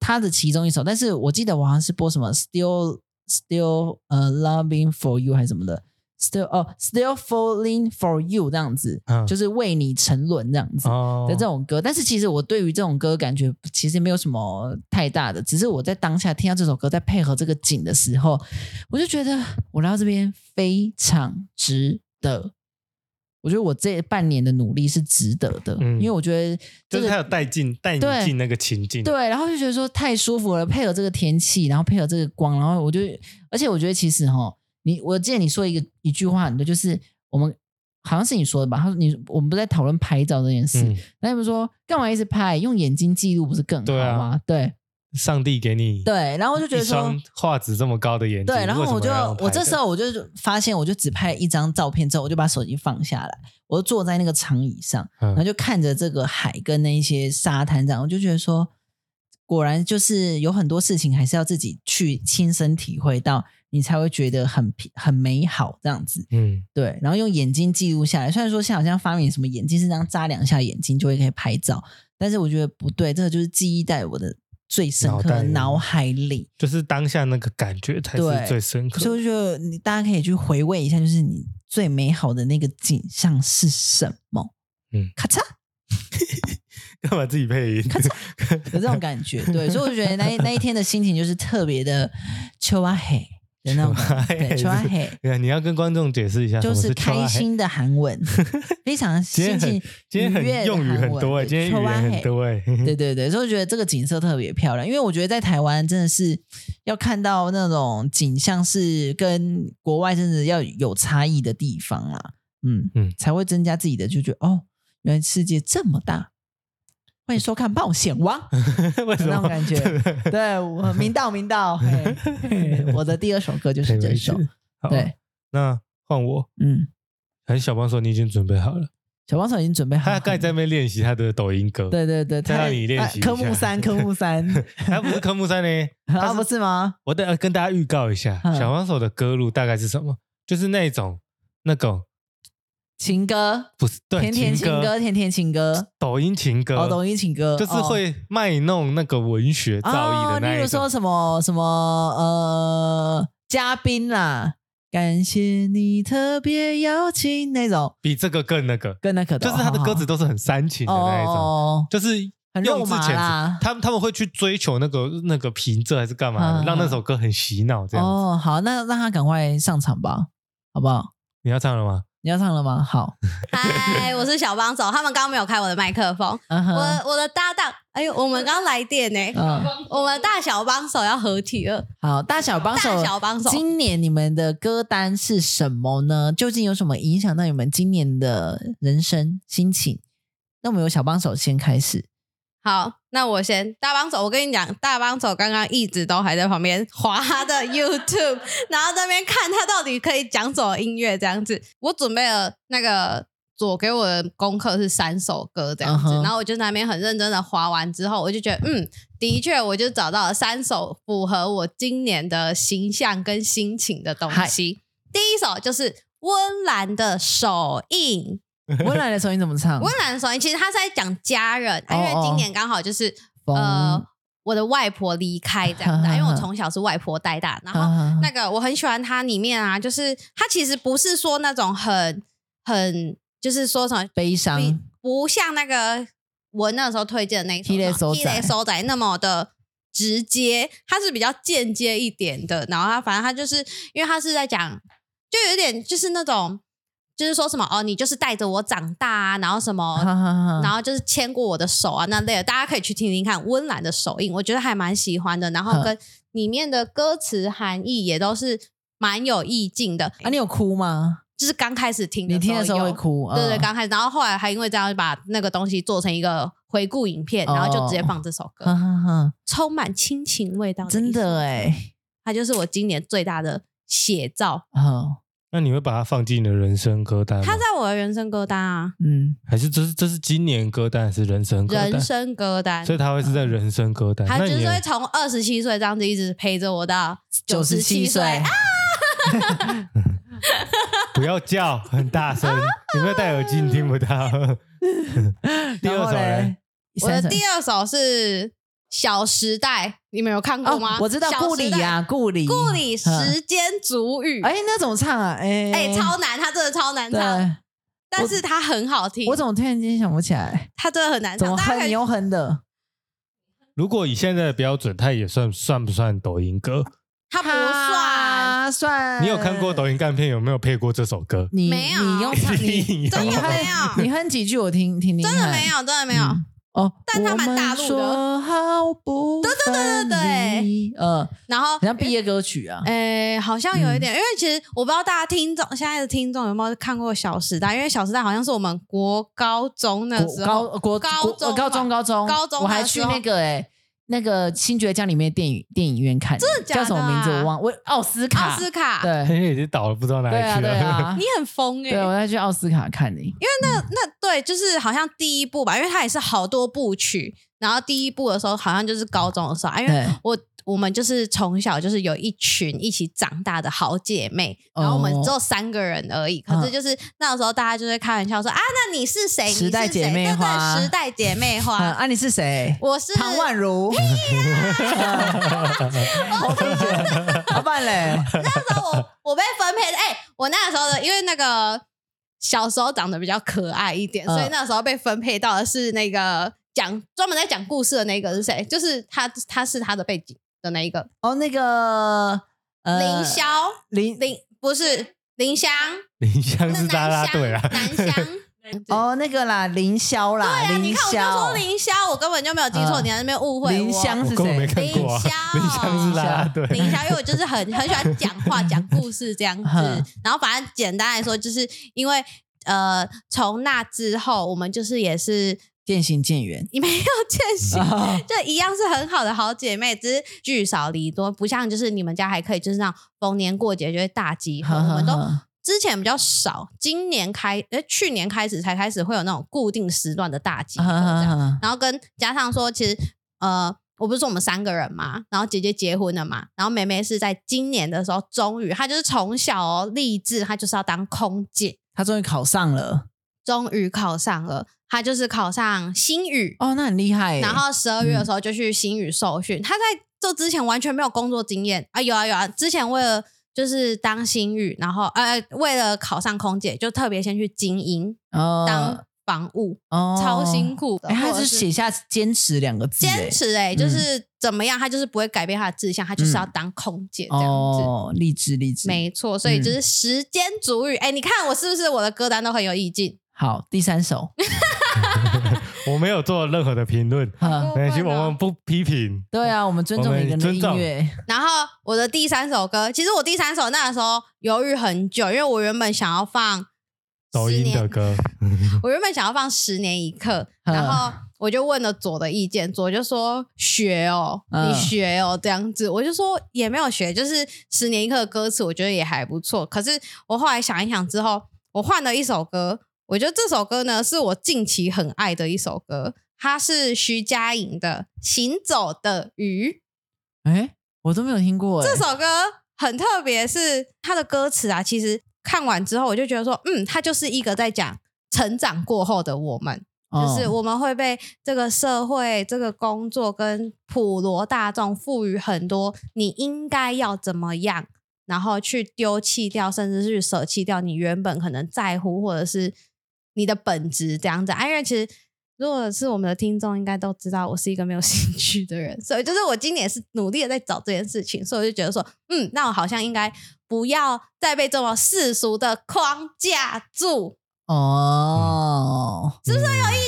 [SPEAKER 2] 他的其中一首，但是我记得我好像是播什么 Still Still 呃 Loving for You 还是什么的，Still 哦 Still Falling for You 这样子，
[SPEAKER 1] 嗯
[SPEAKER 2] 就是为你沉沦这样子。
[SPEAKER 1] 哦
[SPEAKER 2] 的这种歌，但是其实我对于这种歌感觉其实没有什么太大的，只是我在当下听到这首歌，在配合这个景的时候，我就觉得我来到这边非常值得。我觉得我这半年的努力是值得的，
[SPEAKER 1] 嗯
[SPEAKER 2] 因为我觉得这
[SPEAKER 1] 就是
[SPEAKER 2] 个
[SPEAKER 1] 他有带进带你
[SPEAKER 2] 对
[SPEAKER 1] 进那个情境，
[SPEAKER 2] 对，然后就觉得说太舒服了，配合这个天气，然后配合这个光，然后我就，而且我觉得其实哈，你我记得你说一个一句话很对，就是我们好像是你说的吧？他说你我们不是在讨论拍照这件事，
[SPEAKER 1] 嗯，
[SPEAKER 2] 那你们说干嘛一直拍？用眼睛记录不是更好
[SPEAKER 1] 对啊
[SPEAKER 2] 吗？对
[SPEAKER 1] 上帝给你
[SPEAKER 2] 对然后我就觉
[SPEAKER 1] 一
[SPEAKER 2] 得说
[SPEAKER 1] 双画质这么高的眼睛，
[SPEAKER 2] 对，然后我就我这时
[SPEAKER 1] 候
[SPEAKER 2] 候我就发现，我就只拍了一张照片之后，我就把手机放下来，我就坐在那个长椅上，
[SPEAKER 1] 嗯
[SPEAKER 2] 然后就看着这个海跟那一些沙滩这样，我就觉得说，果然就是有很多事情还是要自己去亲身体会到，你才会觉得很平很美好这样子。
[SPEAKER 1] 嗯
[SPEAKER 2] 对，然后用眼睛记录下来。虽然说现在好像发明什么眼睛是这样眨两下眼睛就会可以拍照，但是我觉得不对，这个就是记忆在我的最深
[SPEAKER 1] 脑
[SPEAKER 2] 刻
[SPEAKER 1] 袋
[SPEAKER 2] 的
[SPEAKER 1] 里
[SPEAKER 2] 脑海里。
[SPEAKER 1] 就是当下那个感觉才是
[SPEAKER 2] 对
[SPEAKER 1] 最深刻的。
[SPEAKER 2] 所以我觉得你大家可以去回味一下，就是你最美好的那个景象是什么？
[SPEAKER 1] 嗯
[SPEAKER 2] 嗯，咔嚓，
[SPEAKER 1] 干嘛自己配音？
[SPEAKER 2] 有这种感觉。对，所以我觉得那一那一天的心情就是特别的秋啊嘿的那种感觉，对
[SPEAKER 1] 秋
[SPEAKER 2] 秋
[SPEAKER 1] 啊
[SPEAKER 2] 啊
[SPEAKER 1] 嘿
[SPEAKER 2] 嘿。
[SPEAKER 1] 对 (laughs) 啊，你要跟观众解释一下，
[SPEAKER 2] 就
[SPEAKER 1] 秋啊
[SPEAKER 2] 是开
[SPEAKER 1] 嘿。
[SPEAKER 2] 心的韩文，非
[SPEAKER 1] (laughs)
[SPEAKER 2] 常
[SPEAKER 1] 今天
[SPEAKER 2] 心
[SPEAKER 1] 很
[SPEAKER 2] 情
[SPEAKER 1] 今天
[SPEAKER 2] 愉悦
[SPEAKER 1] 很
[SPEAKER 2] 的
[SPEAKER 1] 用语
[SPEAKER 2] 韩
[SPEAKER 1] 很
[SPEAKER 2] 文
[SPEAKER 1] 多哎，
[SPEAKER 2] 对
[SPEAKER 1] 今天
[SPEAKER 2] 秋
[SPEAKER 1] 语
[SPEAKER 2] 啊
[SPEAKER 1] 言
[SPEAKER 2] 嘿
[SPEAKER 1] 很多哎。
[SPEAKER 2] 对对对，所以我觉得这个景色特别漂亮，因为我觉得在台湾真的是要看到那种景象是跟国外真的要有差异的地方啦，嗯
[SPEAKER 1] 嗯
[SPEAKER 2] 嗯，才会增加自己的就觉得哦，原来世界这么大。欢迎收看《冒险王》
[SPEAKER 1] (laughs) (laughs) 为什
[SPEAKER 2] 有那
[SPEAKER 1] 么
[SPEAKER 2] 种感觉对我明道明道，嘿嘿我的第二首歌就是
[SPEAKER 1] (laughs)
[SPEAKER 2] 这首，
[SPEAKER 1] 好
[SPEAKER 2] 对，
[SPEAKER 1] 那换我。
[SPEAKER 2] 嗯，
[SPEAKER 1] 很小帮手，你已经准备好了。
[SPEAKER 2] 小帮手已经准备好
[SPEAKER 1] 他
[SPEAKER 2] 了，
[SPEAKER 1] 大概在那边练习他的抖音歌。，
[SPEAKER 2] 对对对，
[SPEAKER 1] 再让
[SPEAKER 2] 他
[SPEAKER 1] 你练习一
[SPEAKER 2] 啊科
[SPEAKER 1] 下
[SPEAKER 2] 目
[SPEAKER 1] (laughs)
[SPEAKER 2] 三，科目三，
[SPEAKER 1] 他不是科目三
[SPEAKER 2] (laughs)
[SPEAKER 1] 呢，
[SPEAKER 2] 啊
[SPEAKER 1] 他
[SPEAKER 2] 不
[SPEAKER 1] 是
[SPEAKER 2] 是吗？
[SPEAKER 1] 我得跟大家预告一下，
[SPEAKER 2] 嗯
[SPEAKER 1] 小帮手的歌路大概是什么？就是那种那种
[SPEAKER 2] 情歌，
[SPEAKER 1] 不是对
[SPEAKER 2] 甜甜
[SPEAKER 1] 情
[SPEAKER 2] 情歌，甜甜情歌，
[SPEAKER 1] 抖音情歌，
[SPEAKER 2] 哦，抖音情歌
[SPEAKER 1] 就是会卖弄那个文学造诣的
[SPEAKER 2] 哦哦
[SPEAKER 1] 那
[SPEAKER 2] 例
[SPEAKER 1] 一
[SPEAKER 2] 如
[SPEAKER 1] 种
[SPEAKER 2] 说。什么什么呃嘉宾啦，感谢你特别邀请那种
[SPEAKER 1] 比这个更那个，
[SPEAKER 2] 更那可的
[SPEAKER 1] 就
[SPEAKER 2] 哦，
[SPEAKER 1] 是他的歌词
[SPEAKER 2] 的
[SPEAKER 1] 都是很煽情的那一种，
[SPEAKER 2] 哦，
[SPEAKER 1] 就是
[SPEAKER 2] 很肉
[SPEAKER 1] 用字
[SPEAKER 2] 麻
[SPEAKER 1] 遣词
[SPEAKER 2] 啦，
[SPEAKER 1] 他们他们会去追求那个那个平仄还是干嘛的，
[SPEAKER 2] 嗯
[SPEAKER 1] 让那首歌很洗脑这样子。
[SPEAKER 2] 哦，好，那让他赶快上场吧，好不好？
[SPEAKER 1] 你要唱了吗？
[SPEAKER 2] 你要唱了吗？好，
[SPEAKER 3] (laughs) 嗨，我是小帮手，他们刚刚没有开我的麦克风，
[SPEAKER 2] 嗯
[SPEAKER 3] 我
[SPEAKER 2] 哼，
[SPEAKER 3] 我的搭档，哎呦，我们刚来电呢、
[SPEAKER 2] 嗯，
[SPEAKER 3] 我们大小帮手要合体了，
[SPEAKER 2] 好，大小帮手，
[SPEAKER 3] 大小帮手
[SPEAKER 2] 今年你们的歌单是什么呢？究竟有什么影响到你们今年的人生心情？那我们由小帮手先开始，
[SPEAKER 3] 好，那我先大帮手，我跟你讲，大帮手刚刚一直都还在旁边划他的 YouTube，然 (laughs) 后在那边看他到底可以讲什么音乐这样子。我准备了那个左给我的功课是三首歌这样子
[SPEAKER 2] 嗯哼
[SPEAKER 3] 然后我就在那边很认真的划完之后，我就觉得嗯，的确我就找到了三首符合我今年的形象跟心情的东
[SPEAKER 2] 嗨
[SPEAKER 3] 西。第一首就是温岚的手印。
[SPEAKER 2] (laughs) 温岚的时候你怎么唱？
[SPEAKER 3] 温岚的手印其实他是在讲家人，啊
[SPEAKER 2] 哦
[SPEAKER 3] 因为
[SPEAKER 2] 哦
[SPEAKER 3] 今年刚好就是
[SPEAKER 2] 风
[SPEAKER 3] 呃，我的外婆离开这样子啊，
[SPEAKER 2] (laughs)
[SPEAKER 3] 因为我从小是外婆带大，然后
[SPEAKER 2] 啊
[SPEAKER 3] 那个我很喜欢它里面啊，就是它其实不是说那种很很就是说什么
[SPEAKER 2] 悲伤，
[SPEAKER 3] 比不像那个我那时候推荐的那一
[SPEAKER 2] 踢雷
[SPEAKER 3] 首
[SPEAKER 2] 收
[SPEAKER 3] 《雷
[SPEAKER 2] 仔
[SPEAKER 3] 收仔》那么的直接，它是比较间接一点的。然后它反正它就是因为它是在讲，就有点就是那种就是说什么哦，你就是带着我长大啊，然后什么
[SPEAKER 2] 哈哈
[SPEAKER 3] 然
[SPEAKER 2] 哈，
[SPEAKER 3] 后就是牵过我的手啊那类的，大家可以去听听看温岚的手印，我觉得还蛮喜欢的。然后
[SPEAKER 2] 嗯
[SPEAKER 3] 跟里面的歌词含义也都是蛮有意境的。
[SPEAKER 2] 啊，你有哭吗？
[SPEAKER 3] 就是刚开始听，
[SPEAKER 2] 你听的时候会。哭，
[SPEAKER 3] 对对，
[SPEAKER 2] 嗯
[SPEAKER 3] 刚开始，然后后来还因为这样就把那个东西做成一个回顾影片，
[SPEAKER 2] 哦
[SPEAKER 3] 然后就直接放这首歌，
[SPEAKER 2] 哈哈哈，
[SPEAKER 3] 充满亲情味道。
[SPEAKER 2] 嗯真的
[SPEAKER 3] 哎，
[SPEAKER 2] 哎，
[SPEAKER 3] 它就是我今年最大的写照。
[SPEAKER 2] 哦，
[SPEAKER 1] 那你会把它放进你的人生歌单吗？
[SPEAKER 3] 它在我的人生歌单啊，
[SPEAKER 2] 嗯，
[SPEAKER 1] 还是这是这是今年歌单还是人生歌单？
[SPEAKER 3] 人生歌单，
[SPEAKER 1] 所以他会是在人生歌单。
[SPEAKER 3] 它
[SPEAKER 1] 那
[SPEAKER 3] 就
[SPEAKER 1] 你
[SPEAKER 3] 是
[SPEAKER 1] 也
[SPEAKER 3] 会从二十七岁这样子一直陪着我到
[SPEAKER 2] 九十七岁
[SPEAKER 3] 97岁。啊
[SPEAKER 1] 不要叫，很大
[SPEAKER 2] (laughs)
[SPEAKER 1] 声，你没有戴耳机，你听不到。第
[SPEAKER 2] 然
[SPEAKER 1] 二
[SPEAKER 2] 后
[SPEAKER 1] 首嘞
[SPEAKER 2] 嘞，
[SPEAKER 3] 我的
[SPEAKER 2] 三
[SPEAKER 3] 第二首是《小时代》，你们有看过吗？
[SPEAKER 2] 哦，我知道顾里
[SPEAKER 3] 呀，
[SPEAKER 2] 呀，顾里，
[SPEAKER 3] 顾里
[SPEAKER 2] 嗯
[SPEAKER 3] 时间煮雨，
[SPEAKER 2] 哎
[SPEAKER 3] 哎、，
[SPEAKER 2] 那怎么唱啊？哎
[SPEAKER 3] 超难，它真的超难唱，
[SPEAKER 2] 对，
[SPEAKER 3] 但是它很好听。
[SPEAKER 2] 我怎么突然间想不起来？
[SPEAKER 3] 它真的很难
[SPEAKER 2] 怎
[SPEAKER 3] 唱，
[SPEAKER 2] 么
[SPEAKER 3] 大家可
[SPEAKER 2] 哼
[SPEAKER 3] 以
[SPEAKER 2] 又哼的？
[SPEAKER 1] 如果以现在的标准，它也算算不算抖音歌？
[SPEAKER 3] 它不算。
[SPEAKER 2] 他算。
[SPEAKER 1] 你有看过抖音干片有没有配过这首歌？
[SPEAKER 2] 你
[SPEAKER 3] 没有
[SPEAKER 2] 你用
[SPEAKER 1] (laughs)
[SPEAKER 2] 唱
[SPEAKER 1] 一
[SPEAKER 2] 你
[SPEAKER 1] 定有
[SPEAKER 3] 真
[SPEAKER 2] 你
[SPEAKER 3] 的没
[SPEAKER 2] 哼
[SPEAKER 3] 有，
[SPEAKER 2] 你哼几句我听听听看。
[SPEAKER 3] 真的没有，真的没有。
[SPEAKER 2] 嗯哦，
[SPEAKER 3] 但他蛮大陆的
[SPEAKER 2] 我们说好不对对对
[SPEAKER 3] 对对，
[SPEAKER 2] 呃，
[SPEAKER 3] 然后
[SPEAKER 2] 很像毕业歌曲啊。
[SPEAKER 3] 诶、好像
[SPEAKER 2] 嗯
[SPEAKER 3] 有一点，因为其实我不知道大家听众现在的听众有没有看过《小时代》，因为《小时代》好像是我们国高中那
[SPEAKER 2] 国
[SPEAKER 3] 哎时候，
[SPEAKER 2] 高国
[SPEAKER 3] 高
[SPEAKER 2] 国
[SPEAKER 3] 中
[SPEAKER 2] 呃高中
[SPEAKER 3] 吧
[SPEAKER 2] 高中
[SPEAKER 3] 高中
[SPEAKER 2] 我还
[SPEAKER 3] 的时
[SPEAKER 2] 去
[SPEAKER 3] 候
[SPEAKER 2] 那个哎那个新爵江里面电影电影院看，真
[SPEAKER 3] 的假
[SPEAKER 2] 叫什么
[SPEAKER 3] 的
[SPEAKER 2] 名字
[SPEAKER 3] 啊
[SPEAKER 2] 我忘，我奥斯
[SPEAKER 3] 奥
[SPEAKER 2] 卡
[SPEAKER 3] 斯卡，
[SPEAKER 2] 对
[SPEAKER 1] 因哎为已经倒了，不知道哪
[SPEAKER 2] 对
[SPEAKER 1] 里
[SPEAKER 2] 啊
[SPEAKER 1] 去
[SPEAKER 2] 对
[SPEAKER 1] (laughs) 了。
[SPEAKER 2] 啊
[SPEAKER 3] 你，很疯欸诶、
[SPEAKER 2] 对我要去奥斯卡看你，
[SPEAKER 3] 那对，就是好像第一部吧，因为它也是好多部曲。然后第一部的时候，好像就是高中的时候，啊因为
[SPEAKER 2] 对
[SPEAKER 3] 我我们就是从小就是有一群一起长大的好姐妹，然后我们
[SPEAKER 2] 哦
[SPEAKER 3] 只有三个人而已。可是
[SPEAKER 2] 嗯
[SPEAKER 3] 就是那时候大家就会开玩笑说啊，那你是谁？你
[SPEAKER 2] 时代
[SPEAKER 3] 是谁
[SPEAKER 2] 姐妹
[SPEAKER 3] 对对
[SPEAKER 2] 花
[SPEAKER 3] 时代姐妹
[SPEAKER 2] 啊 (laughs)
[SPEAKER 3] 花，
[SPEAKER 2] 啊你是谁？
[SPEAKER 3] 我是
[SPEAKER 2] 唐宛如， (laughs) 哦我跟你
[SPEAKER 3] (laughs)
[SPEAKER 2] 讲，老板嘞，
[SPEAKER 3] 那时候我我被分配的，哎、我那时候的，因为那个小时候长得比较可爱一点，
[SPEAKER 2] 嗯
[SPEAKER 3] 所以那时候被分配到的是那个讲专门在讲故事的那个是谁？就是他，他是他的背景的那一个、
[SPEAKER 2] 哦那个呃
[SPEAKER 3] 林霄，
[SPEAKER 2] 林
[SPEAKER 3] 林不是林香，
[SPEAKER 1] 林湘
[SPEAKER 3] 那
[SPEAKER 1] 是
[SPEAKER 3] 南
[SPEAKER 1] 啦啦队啦，啊
[SPEAKER 3] 南
[SPEAKER 2] (laughs)
[SPEAKER 3] 香。
[SPEAKER 2] 哦那个啦林霄啦，
[SPEAKER 3] 对啊，你
[SPEAKER 2] 林
[SPEAKER 3] 看我就说
[SPEAKER 2] 霄
[SPEAKER 3] 林霄，我根本就没有记错，
[SPEAKER 2] 嗯
[SPEAKER 3] 你在那边误会我。
[SPEAKER 2] 林湘
[SPEAKER 1] 我
[SPEAKER 2] 是
[SPEAKER 1] 根本没
[SPEAKER 2] 谁？
[SPEAKER 1] 看过啊。
[SPEAKER 3] 林
[SPEAKER 1] 林
[SPEAKER 3] 湘
[SPEAKER 1] 湘是啦啦
[SPEAKER 3] (laughs)
[SPEAKER 1] 队，
[SPEAKER 3] 林小因为我就是很很喜欢讲话、讲故事这样子
[SPEAKER 2] 哼。
[SPEAKER 3] 然后反正简单来说，就是因为呃，从那之后，我们就是也是
[SPEAKER 2] 渐行渐远。
[SPEAKER 3] 没有见习。
[SPEAKER 2] 啊
[SPEAKER 3] (laughs) 就一样是很好的好姐妹，只是聚少离多，不像就是你们家还可以，就是那种逢年过节就会大集
[SPEAKER 2] (laughs)
[SPEAKER 3] 合。我们都
[SPEAKER 2] 嗯
[SPEAKER 3] 之前比较少，今年开，呃，去年开始才开始会有那种固定时段的大集
[SPEAKER 2] 嗯
[SPEAKER 3] 合这样。然后跟加上说，其实呃，我不是说我们三个人嘛，然后姐姐结婚了嘛，然后妹妹是在今年的时候，终于她就是从小哦立志，她就是要当空姐，
[SPEAKER 2] 他终于考上了
[SPEAKER 3] 终于考上了，她就是考上新宇，
[SPEAKER 2] 哦，那很厉害耶。
[SPEAKER 3] 然后十二
[SPEAKER 2] 嗯
[SPEAKER 3] 月的时候就去新宇受训，她在这之前完全没有工作经验啊，有啊有啊，之前为了就是当新域，然后呃，为了考上空姐，就特别先去精英
[SPEAKER 2] 哦
[SPEAKER 3] 当防务，
[SPEAKER 2] 哦
[SPEAKER 3] 超辛苦的。
[SPEAKER 2] 哎，他
[SPEAKER 3] 或者
[SPEAKER 2] 是写下“坚持”两个字，哎
[SPEAKER 3] 坚持哎、
[SPEAKER 2] 嗯
[SPEAKER 3] 就是怎么样，他就是不会改变他的志向，他就是要当空姐这样子。
[SPEAKER 2] 哦，嗯励志励志。
[SPEAKER 3] 没错，所以就是时间足语。哎、你看我是不是我的歌单都很有意境？
[SPEAKER 2] 好，第三首，
[SPEAKER 1] 我没有做任何的评论，
[SPEAKER 2] 呵
[SPEAKER 3] 哦
[SPEAKER 1] 没关系，我们不批评。
[SPEAKER 2] 对啊，我们尊重每个人的音乐，
[SPEAKER 3] 然后我的第三首歌，其实我第三首那时候犹豫很久，因为我原本想要放
[SPEAKER 1] 抖
[SPEAKER 3] 十
[SPEAKER 1] 音
[SPEAKER 3] 年
[SPEAKER 1] 的歌，
[SPEAKER 3] 我原本想要放十年一刻，
[SPEAKER 2] 嗯
[SPEAKER 3] 然后我就问了左的意见，左就说学哦，
[SPEAKER 2] 嗯
[SPEAKER 3] 你学哦这样子，我就说也没有学，就是十年一刻的歌词，我觉得也还不错。可是我后来想一想之后，我换了一首歌，我觉得这首歌呢是我近期很爱的一首歌，它是徐佳莹的《行走的鱼》。
[SPEAKER 2] 哎，我都没有听过，哎
[SPEAKER 3] 这首歌很特别，是它的歌词啊，其实看完之后我就觉得说，嗯，它就是一个在讲成长过后的我们，就是
[SPEAKER 2] 哦
[SPEAKER 3] 我们会被这个社会、这个工作跟普罗大众赋予很多你应该要怎么样，然后去丢弃掉，甚至是舍弃掉你原本可能在乎或者是你的本质这样子。啊、因为其实。如果是我们的听众，应该都知道我是一个没有 (laughs) 兴趣的人，所以就是我今年也是努力的在找这件事情，所以我就觉得说，嗯，那我好像应该不要再被这么世俗的框架住。
[SPEAKER 2] 哦，
[SPEAKER 1] (laughs) 是不是很有意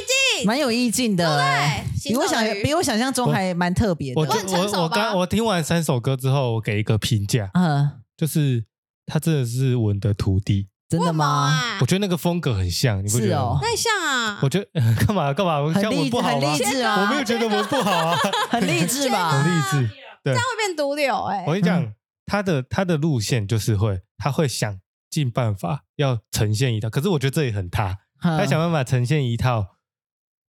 [SPEAKER 2] 蛮有意境的，哎
[SPEAKER 3] 对，
[SPEAKER 2] 比我想
[SPEAKER 3] 行走的鱼
[SPEAKER 2] 比我想象中还蛮特别
[SPEAKER 1] 我
[SPEAKER 2] 的
[SPEAKER 1] 就，
[SPEAKER 3] 很成熟
[SPEAKER 1] 我我
[SPEAKER 3] 吧
[SPEAKER 1] 刚我听完三首歌之后，我给一个评价，
[SPEAKER 2] 嗯，
[SPEAKER 1] 就是他真的是我的徒弟，
[SPEAKER 2] 真的吗？
[SPEAKER 3] 啊
[SPEAKER 1] 我觉得那个风格很像，你不觉
[SPEAKER 2] 是
[SPEAKER 1] 得
[SPEAKER 2] 哦
[SPEAKER 1] 吗？
[SPEAKER 3] 太像啊！
[SPEAKER 1] 我觉得 (laughs) 干嘛干嘛，(laughs)
[SPEAKER 2] 很
[SPEAKER 1] 像我
[SPEAKER 2] 励
[SPEAKER 1] 不好
[SPEAKER 2] 很
[SPEAKER 1] 吗
[SPEAKER 2] 励？志
[SPEAKER 1] 我没
[SPEAKER 2] 啊
[SPEAKER 1] 有，觉得我不好
[SPEAKER 2] (laughs)
[SPEAKER 1] 啊，
[SPEAKER 2] 很励志
[SPEAKER 1] 很
[SPEAKER 2] 吧？
[SPEAKER 1] 励志。
[SPEAKER 2] 啊
[SPEAKER 3] 会变毒瘤哎、
[SPEAKER 1] 我跟你嗯讲，他的他的路线就是会，他会想尽办法要呈现一套，可是我觉得这也很他，
[SPEAKER 2] 他
[SPEAKER 1] 他想办法呈现一套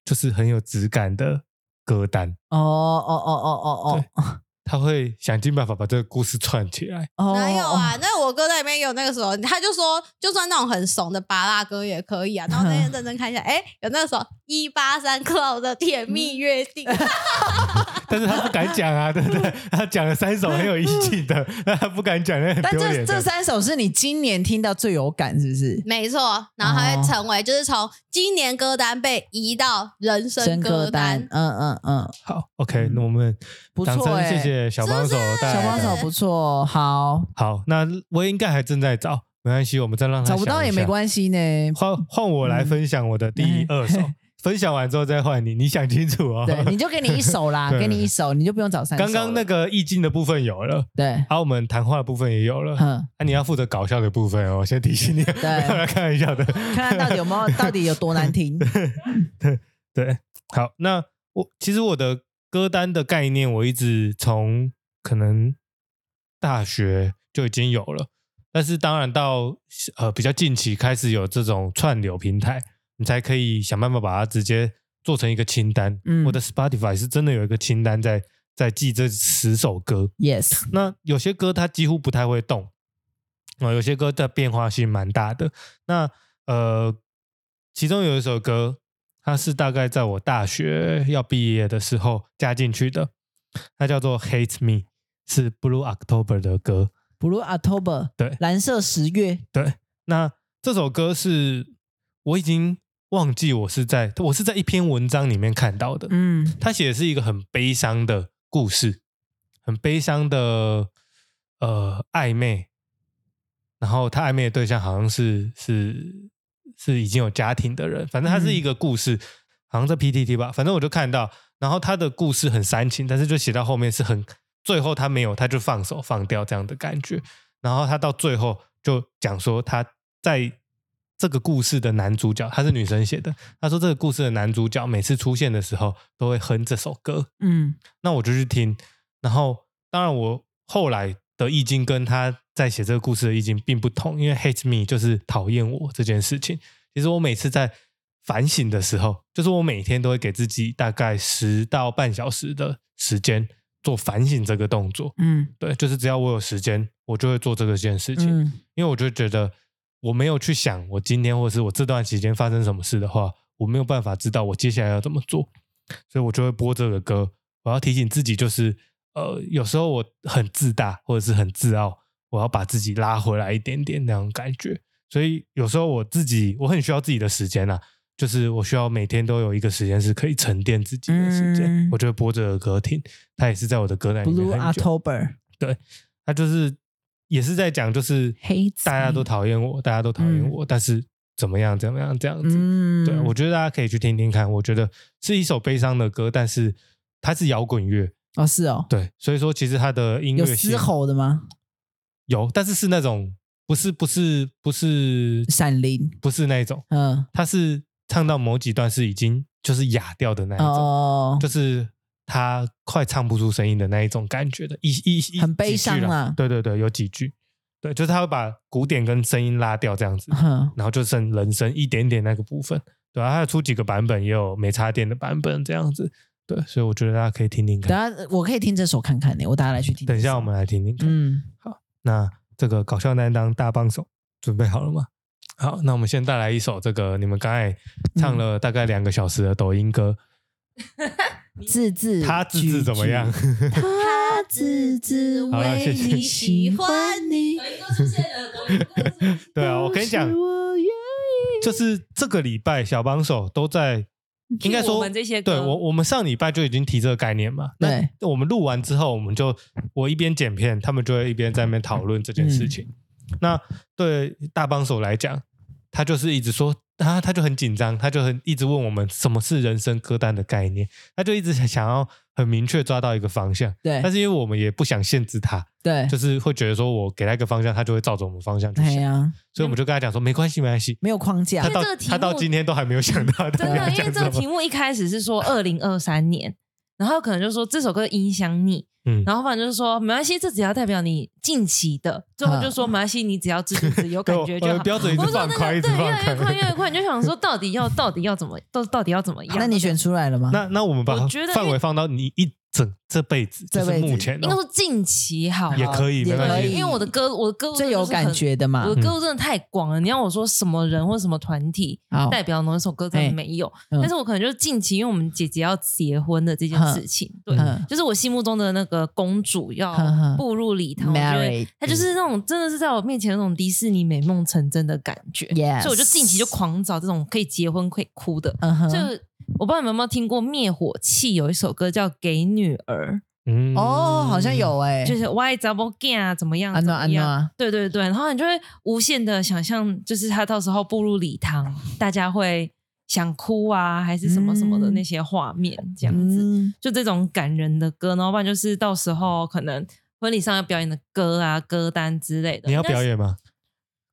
[SPEAKER 1] 就是很有质感的歌单，
[SPEAKER 2] 哦哦哦哦哦哦
[SPEAKER 1] 他会想尽办法把这个故事串起来。 (laughs)
[SPEAKER 2] 哦，
[SPEAKER 3] 哪有啊？那我歌单里面有那个什么，他就说，就算那种很怂的拔蜡歌也可以啊。然后那天认真看一下，哎、有那个什么一八三 club 的甜蜜约定，
[SPEAKER 1] 但是他不敢讲啊，对 (laughs) 不对？他讲了三首很有意境的， (laughs) 但他不敢讲，那很
[SPEAKER 2] 但
[SPEAKER 1] 丢
[SPEAKER 2] 这
[SPEAKER 1] 脸
[SPEAKER 2] 这
[SPEAKER 1] 的。
[SPEAKER 2] 三首是你今年听到最有感，是不是？
[SPEAKER 3] 没错。然后还会成为，就是从今年歌单被移到人生歌单。
[SPEAKER 2] 嗯嗯嗯，
[SPEAKER 1] 好，OK，那我们
[SPEAKER 2] 不
[SPEAKER 1] 掌
[SPEAKER 2] 错
[SPEAKER 1] 声
[SPEAKER 2] 哎
[SPEAKER 1] 谢谢小帮手带
[SPEAKER 3] 哎
[SPEAKER 1] 来
[SPEAKER 2] 小
[SPEAKER 1] 的，
[SPEAKER 2] 帮手不错，哦好，
[SPEAKER 1] 好，那我应该还正在找，没关系，我们再让他
[SPEAKER 2] 找不到
[SPEAKER 1] 想一
[SPEAKER 2] 也没
[SPEAKER 1] 下
[SPEAKER 2] 关系呢。
[SPEAKER 1] (laughs) 换换我来分享我的第
[SPEAKER 2] 嗯
[SPEAKER 1] 二 (laughs) 首，分享完之后再换你，你想清楚哦。
[SPEAKER 2] 对，你就给你一首
[SPEAKER 1] (laughs)
[SPEAKER 2] 啦，
[SPEAKER 1] 对
[SPEAKER 2] 给你一首，你就不用找三首
[SPEAKER 1] (laughs)
[SPEAKER 2] 了。
[SPEAKER 1] 刚刚那个意境的部分有了， (laughs)
[SPEAKER 2] 对，
[SPEAKER 1] 啊，我们谈话的部分也有了，
[SPEAKER 2] 嗯，
[SPEAKER 1] 啊，你要负责搞笑的部分哦，我先提醒你， (laughs) 不要来开玩笑的。
[SPEAKER 2] 看看到底有没有，到底有多
[SPEAKER 1] (laughs)
[SPEAKER 2] 难听。
[SPEAKER 1] 对，好，那我其实我的歌单的概念，我一直从可能大学就已经有了，但是当然到呃比较近期开始有这种串流平台，你才可以想办法把它直接做成一个清单。
[SPEAKER 2] 嗯
[SPEAKER 1] 我的 Spotify 是真的有一个清单在在记这十首歌，
[SPEAKER 2] Yes，
[SPEAKER 1] 那有些歌它几乎不太会动，啊、有些歌的变化性蛮大的。那呃，其中有一首歌，它是大概在我大学要毕业的时候加进去的，它叫做《Hate Me》，是 Blue October 的歌。
[SPEAKER 2] ，Blue October，
[SPEAKER 1] 对
[SPEAKER 2] 蓝色十月，
[SPEAKER 1] 那这首歌是我已经忘记我是在我是在一篇文章里面看到的，
[SPEAKER 2] 嗯
[SPEAKER 1] 他写的是一个很悲伤的故事，很悲伤的呃暧昧，然后他暧昧的对象好像是是是已经有家庭的人，反正他是一个故事，好像在 PTT 吧，反正我就看到，然后他的故事很煽情，但是就写到后面是很最后他没有，他就放手放掉这样的感觉，然后他到最后就讲说他在。这个故事的男主角，他是女生写的，他说这个故事的男主角每次出现的时候都会哼这首歌，
[SPEAKER 2] 嗯
[SPEAKER 1] 那我就去听。然后当然我后来的意境跟他在写这个故事的意境并不同，因为 hate me 就是讨厌我这件事情。其实我每次在反省的时候，就是我每天都会给自己大概十到半小时的时间做反省这个动作。
[SPEAKER 2] 嗯
[SPEAKER 1] 对，就是只要我有时间，我就会做这个件事情。
[SPEAKER 2] 嗯
[SPEAKER 1] 因为我就觉得我没有去想我今天或是我这段期间发生什么事的话，我没有办法知道我接下来要怎么做，所以我就会播这个歌。我要提醒自己，就是呃，有时候我很自大或者是很自傲，我要把自己拉回来一点点那种感觉。所以有时候我自己我很需要自己的时间啦、啊就是我需要每天都有一个时间是可以沉淀自己的时间。
[SPEAKER 2] 嗯
[SPEAKER 1] 我就会播着歌听，它也是在我的歌单里面
[SPEAKER 2] Blue
[SPEAKER 1] 很久。
[SPEAKER 2] October，
[SPEAKER 1] 它就是也是在讲，就是
[SPEAKER 2] 黑子
[SPEAKER 1] 大家都讨厌我，大家都讨厌
[SPEAKER 2] 嗯
[SPEAKER 1] 我，但是怎么样，怎么样，这样子。
[SPEAKER 2] 嗯，
[SPEAKER 1] 对，我觉得大家可以去听听看。我觉得是一首悲伤的歌，但是它是摇滚乐，
[SPEAKER 2] 哦是哦，
[SPEAKER 1] 对，所以说其实它的音乐
[SPEAKER 2] 有
[SPEAKER 1] 性
[SPEAKER 2] 嘶吼的吗？
[SPEAKER 1] 有，但是是那种不是不是不是
[SPEAKER 2] 闪灵，
[SPEAKER 1] 不是那一种，
[SPEAKER 2] 嗯，
[SPEAKER 1] 它是唱到某几段是已经就是哑掉的那一种，
[SPEAKER 2] 哦
[SPEAKER 1] 就，是他快唱不出声音的那一种感觉的，一一一
[SPEAKER 2] 很悲伤
[SPEAKER 1] 啊
[SPEAKER 2] 啦。
[SPEAKER 1] 对对对，有几句，对，就是他会把鼓点跟声音拉掉这样子，
[SPEAKER 2] 哼，
[SPEAKER 1] 然后就剩人声一点点那个部分，对啊，还有出几个版本，也有没插电的版本这样子，对，所以我觉得大家可以听听
[SPEAKER 2] 等
[SPEAKER 1] 看。
[SPEAKER 2] 下我可以听这首看看呢，我等下来去听。
[SPEAKER 1] 等一下我们，来听听看。
[SPEAKER 2] 嗯，
[SPEAKER 1] 那这个搞笑担当大帮手准备好了吗？好，那我们先带来一首这个你们刚才唱
[SPEAKER 2] 嗯
[SPEAKER 1] 了大概两个小时的抖音歌，
[SPEAKER 2] 字字
[SPEAKER 1] 他字字怎么样？
[SPEAKER 2] 句句 (laughs) 他字字
[SPEAKER 1] 好了谢
[SPEAKER 2] 为
[SPEAKER 1] 谢
[SPEAKER 2] 你喜
[SPEAKER 4] (laughs)
[SPEAKER 2] 欢你。
[SPEAKER 4] 抖音歌出现了，抖音歌出现了
[SPEAKER 1] 对啊，我跟你讲
[SPEAKER 2] 都是，我愿意
[SPEAKER 1] 就是这个礼拜小帮手都在，应该说
[SPEAKER 4] 我们这些歌
[SPEAKER 1] 对我我们上礼拜就已经提这个概念嘛。
[SPEAKER 2] 对，
[SPEAKER 1] 那我们录完之后，我们就我一边剪片，他们就会一边在那边讨论这件事情。
[SPEAKER 4] 嗯
[SPEAKER 1] 那对大帮手来讲，他就是一直说他他就很紧张，他就很一直问我们什么是人生歌单的概念，他就一直想要很明确抓到一个方向。但
[SPEAKER 2] 对
[SPEAKER 1] 是因为我们也不想限制他，
[SPEAKER 2] 对，
[SPEAKER 1] 就是会觉得说我给他一个方向，他就会照着我们方向去
[SPEAKER 2] 哎
[SPEAKER 1] 想，
[SPEAKER 2] 呀，
[SPEAKER 1] 所以我们就跟他讲说没关系，没关系，
[SPEAKER 2] 没有框架
[SPEAKER 1] 他，到
[SPEAKER 4] 因为这个题目
[SPEAKER 1] 他到今天都还没有想到他
[SPEAKER 4] (laughs) 真的，
[SPEAKER 1] 要
[SPEAKER 4] 因为
[SPEAKER 1] 讲
[SPEAKER 4] 这
[SPEAKER 1] 什
[SPEAKER 4] 个
[SPEAKER 1] 么
[SPEAKER 4] 题。目一开始是说二零二三年，然后可能就说这首歌影响你，
[SPEAKER 1] 嗯
[SPEAKER 4] 然后反正就是说没关系，这只要代表你近期的，最后就说没关系，你只要自己自己有
[SPEAKER 1] 对
[SPEAKER 4] 感觉
[SPEAKER 1] 我
[SPEAKER 4] 就
[SPEAKER 1] 嗯我
[SPEAKER 4] 好
[SPEAKER 1] 的。呃标准一直
[SPEAKER 4] 我说
[SPEAKER 1] 放
[SPEAKER 4] 那
[SPEAKER 1] 宽，一
[SPEAKER 4] 个
[SPEAKER 1] 直
[SPEAKER 4] 对，
[SPEAKER 1] 放啊
[SPEAKER 4] 越来越快，
[SPEAKER 1] 宽。
[SPEAKER 4] 越来越快，你就想说到底要到底要怎么，到到底要怎么样？
[SPEAKER 2] 那你选出来了吗？
[SPEAKER 1] (laughs) 那那我们把
[SPEAKER 4] 我觉得
[SPEAKER 1] 范围放到你一整这辈子，
[SPEAKER 2] 这
[SPEAKER 1] 就
[SPEAKER 2] 辈子
[SPEAKER 1] 是目前
[SPEAKER 4] 应该
[SPEAKER 1] 哦
[SPEAKER 4] 说近期好了，
[SPEAKER 1] 也可以，
[SPEAKER 2] 啊也
[SPEAKER 1] 没关
[SPEAKER 2] 可
[SPEAKER 1] 系
[SPEAKER 2] 以。
[SPEAKER 4] 因为我的歌，我的歌
[SPEAKER 2] 最有感觉的嘛
[SPEAKER 1] 嗯
[SPEAKER 4] 我，的歌路真的太广了。你要我说什么人或什么团体
[SPEAKER 1] 哦
[SPEAKER 2] 好
[SPEAKER 4] 代表哪一首歌，
[SPEAKER 1] 哎
[SPEAKER 4] 真的没有。
[SPEAKER 2] 嗯
[SPEAKER 4] 但是我可能就是近期，因为我们姐姐要结婚的这件事情，对，
[SPEAKER 2] 嗯
[SPEAKER 4] 就是我心目中的那个公主要
[SPEAKER 2] 哼哼
[SPEAKER 4] 步入礼堂，我觉得
[SPEAKER 2] ，Married，
[SPEAKER 4] 她就是那种真的是在我面前那种迪士尼美梦成真的感觉。
[SPEAKER 2] Yes
[SPEAKER 4] 所以我就近期就狂找这种可以结婚可以哭的。
[SPEAKER 2] 嗯
[SPEAKER 4] 就
[SPEAKER 2] 哼，
[SPEAKER 4] 我不知道你们有没有听过灭火器有一首歌叫《给女儿
[SPEAKER 1] 嗯
[SPEAKER 2] 哦，好像有哎，》，
[SPEAKER 4] 就是 Why Double g a n 啊怎么样
[SPEAKER 2] 安
[SPEAKER 4] 怎
[SPEAKER 2] 诺啊
[SPEAKER 4] 么
[SPEAKER 2] 安
[SPEAKER 4] 样。
[SPEAKER 2] 诺，
[SPEAKER 4] 对对对，然后你就会无限的想象，就是他到时候步入礼堂，大家会想哭啊，还是什么什么的
[SPEAKER 2] 嗯
[SPEAKER 4] 那些画面，这样子，
[SPEAKER 2] 嗯，
[SPEAKER 4] 就这种感人的歌，然后不然就是到时候可能婚礼上要表演的歌啊、歌单之类的。
[SPEAKER 1] 你要
[SPEAKER 4] 应该是
[SPEAKER 1] 表演吗？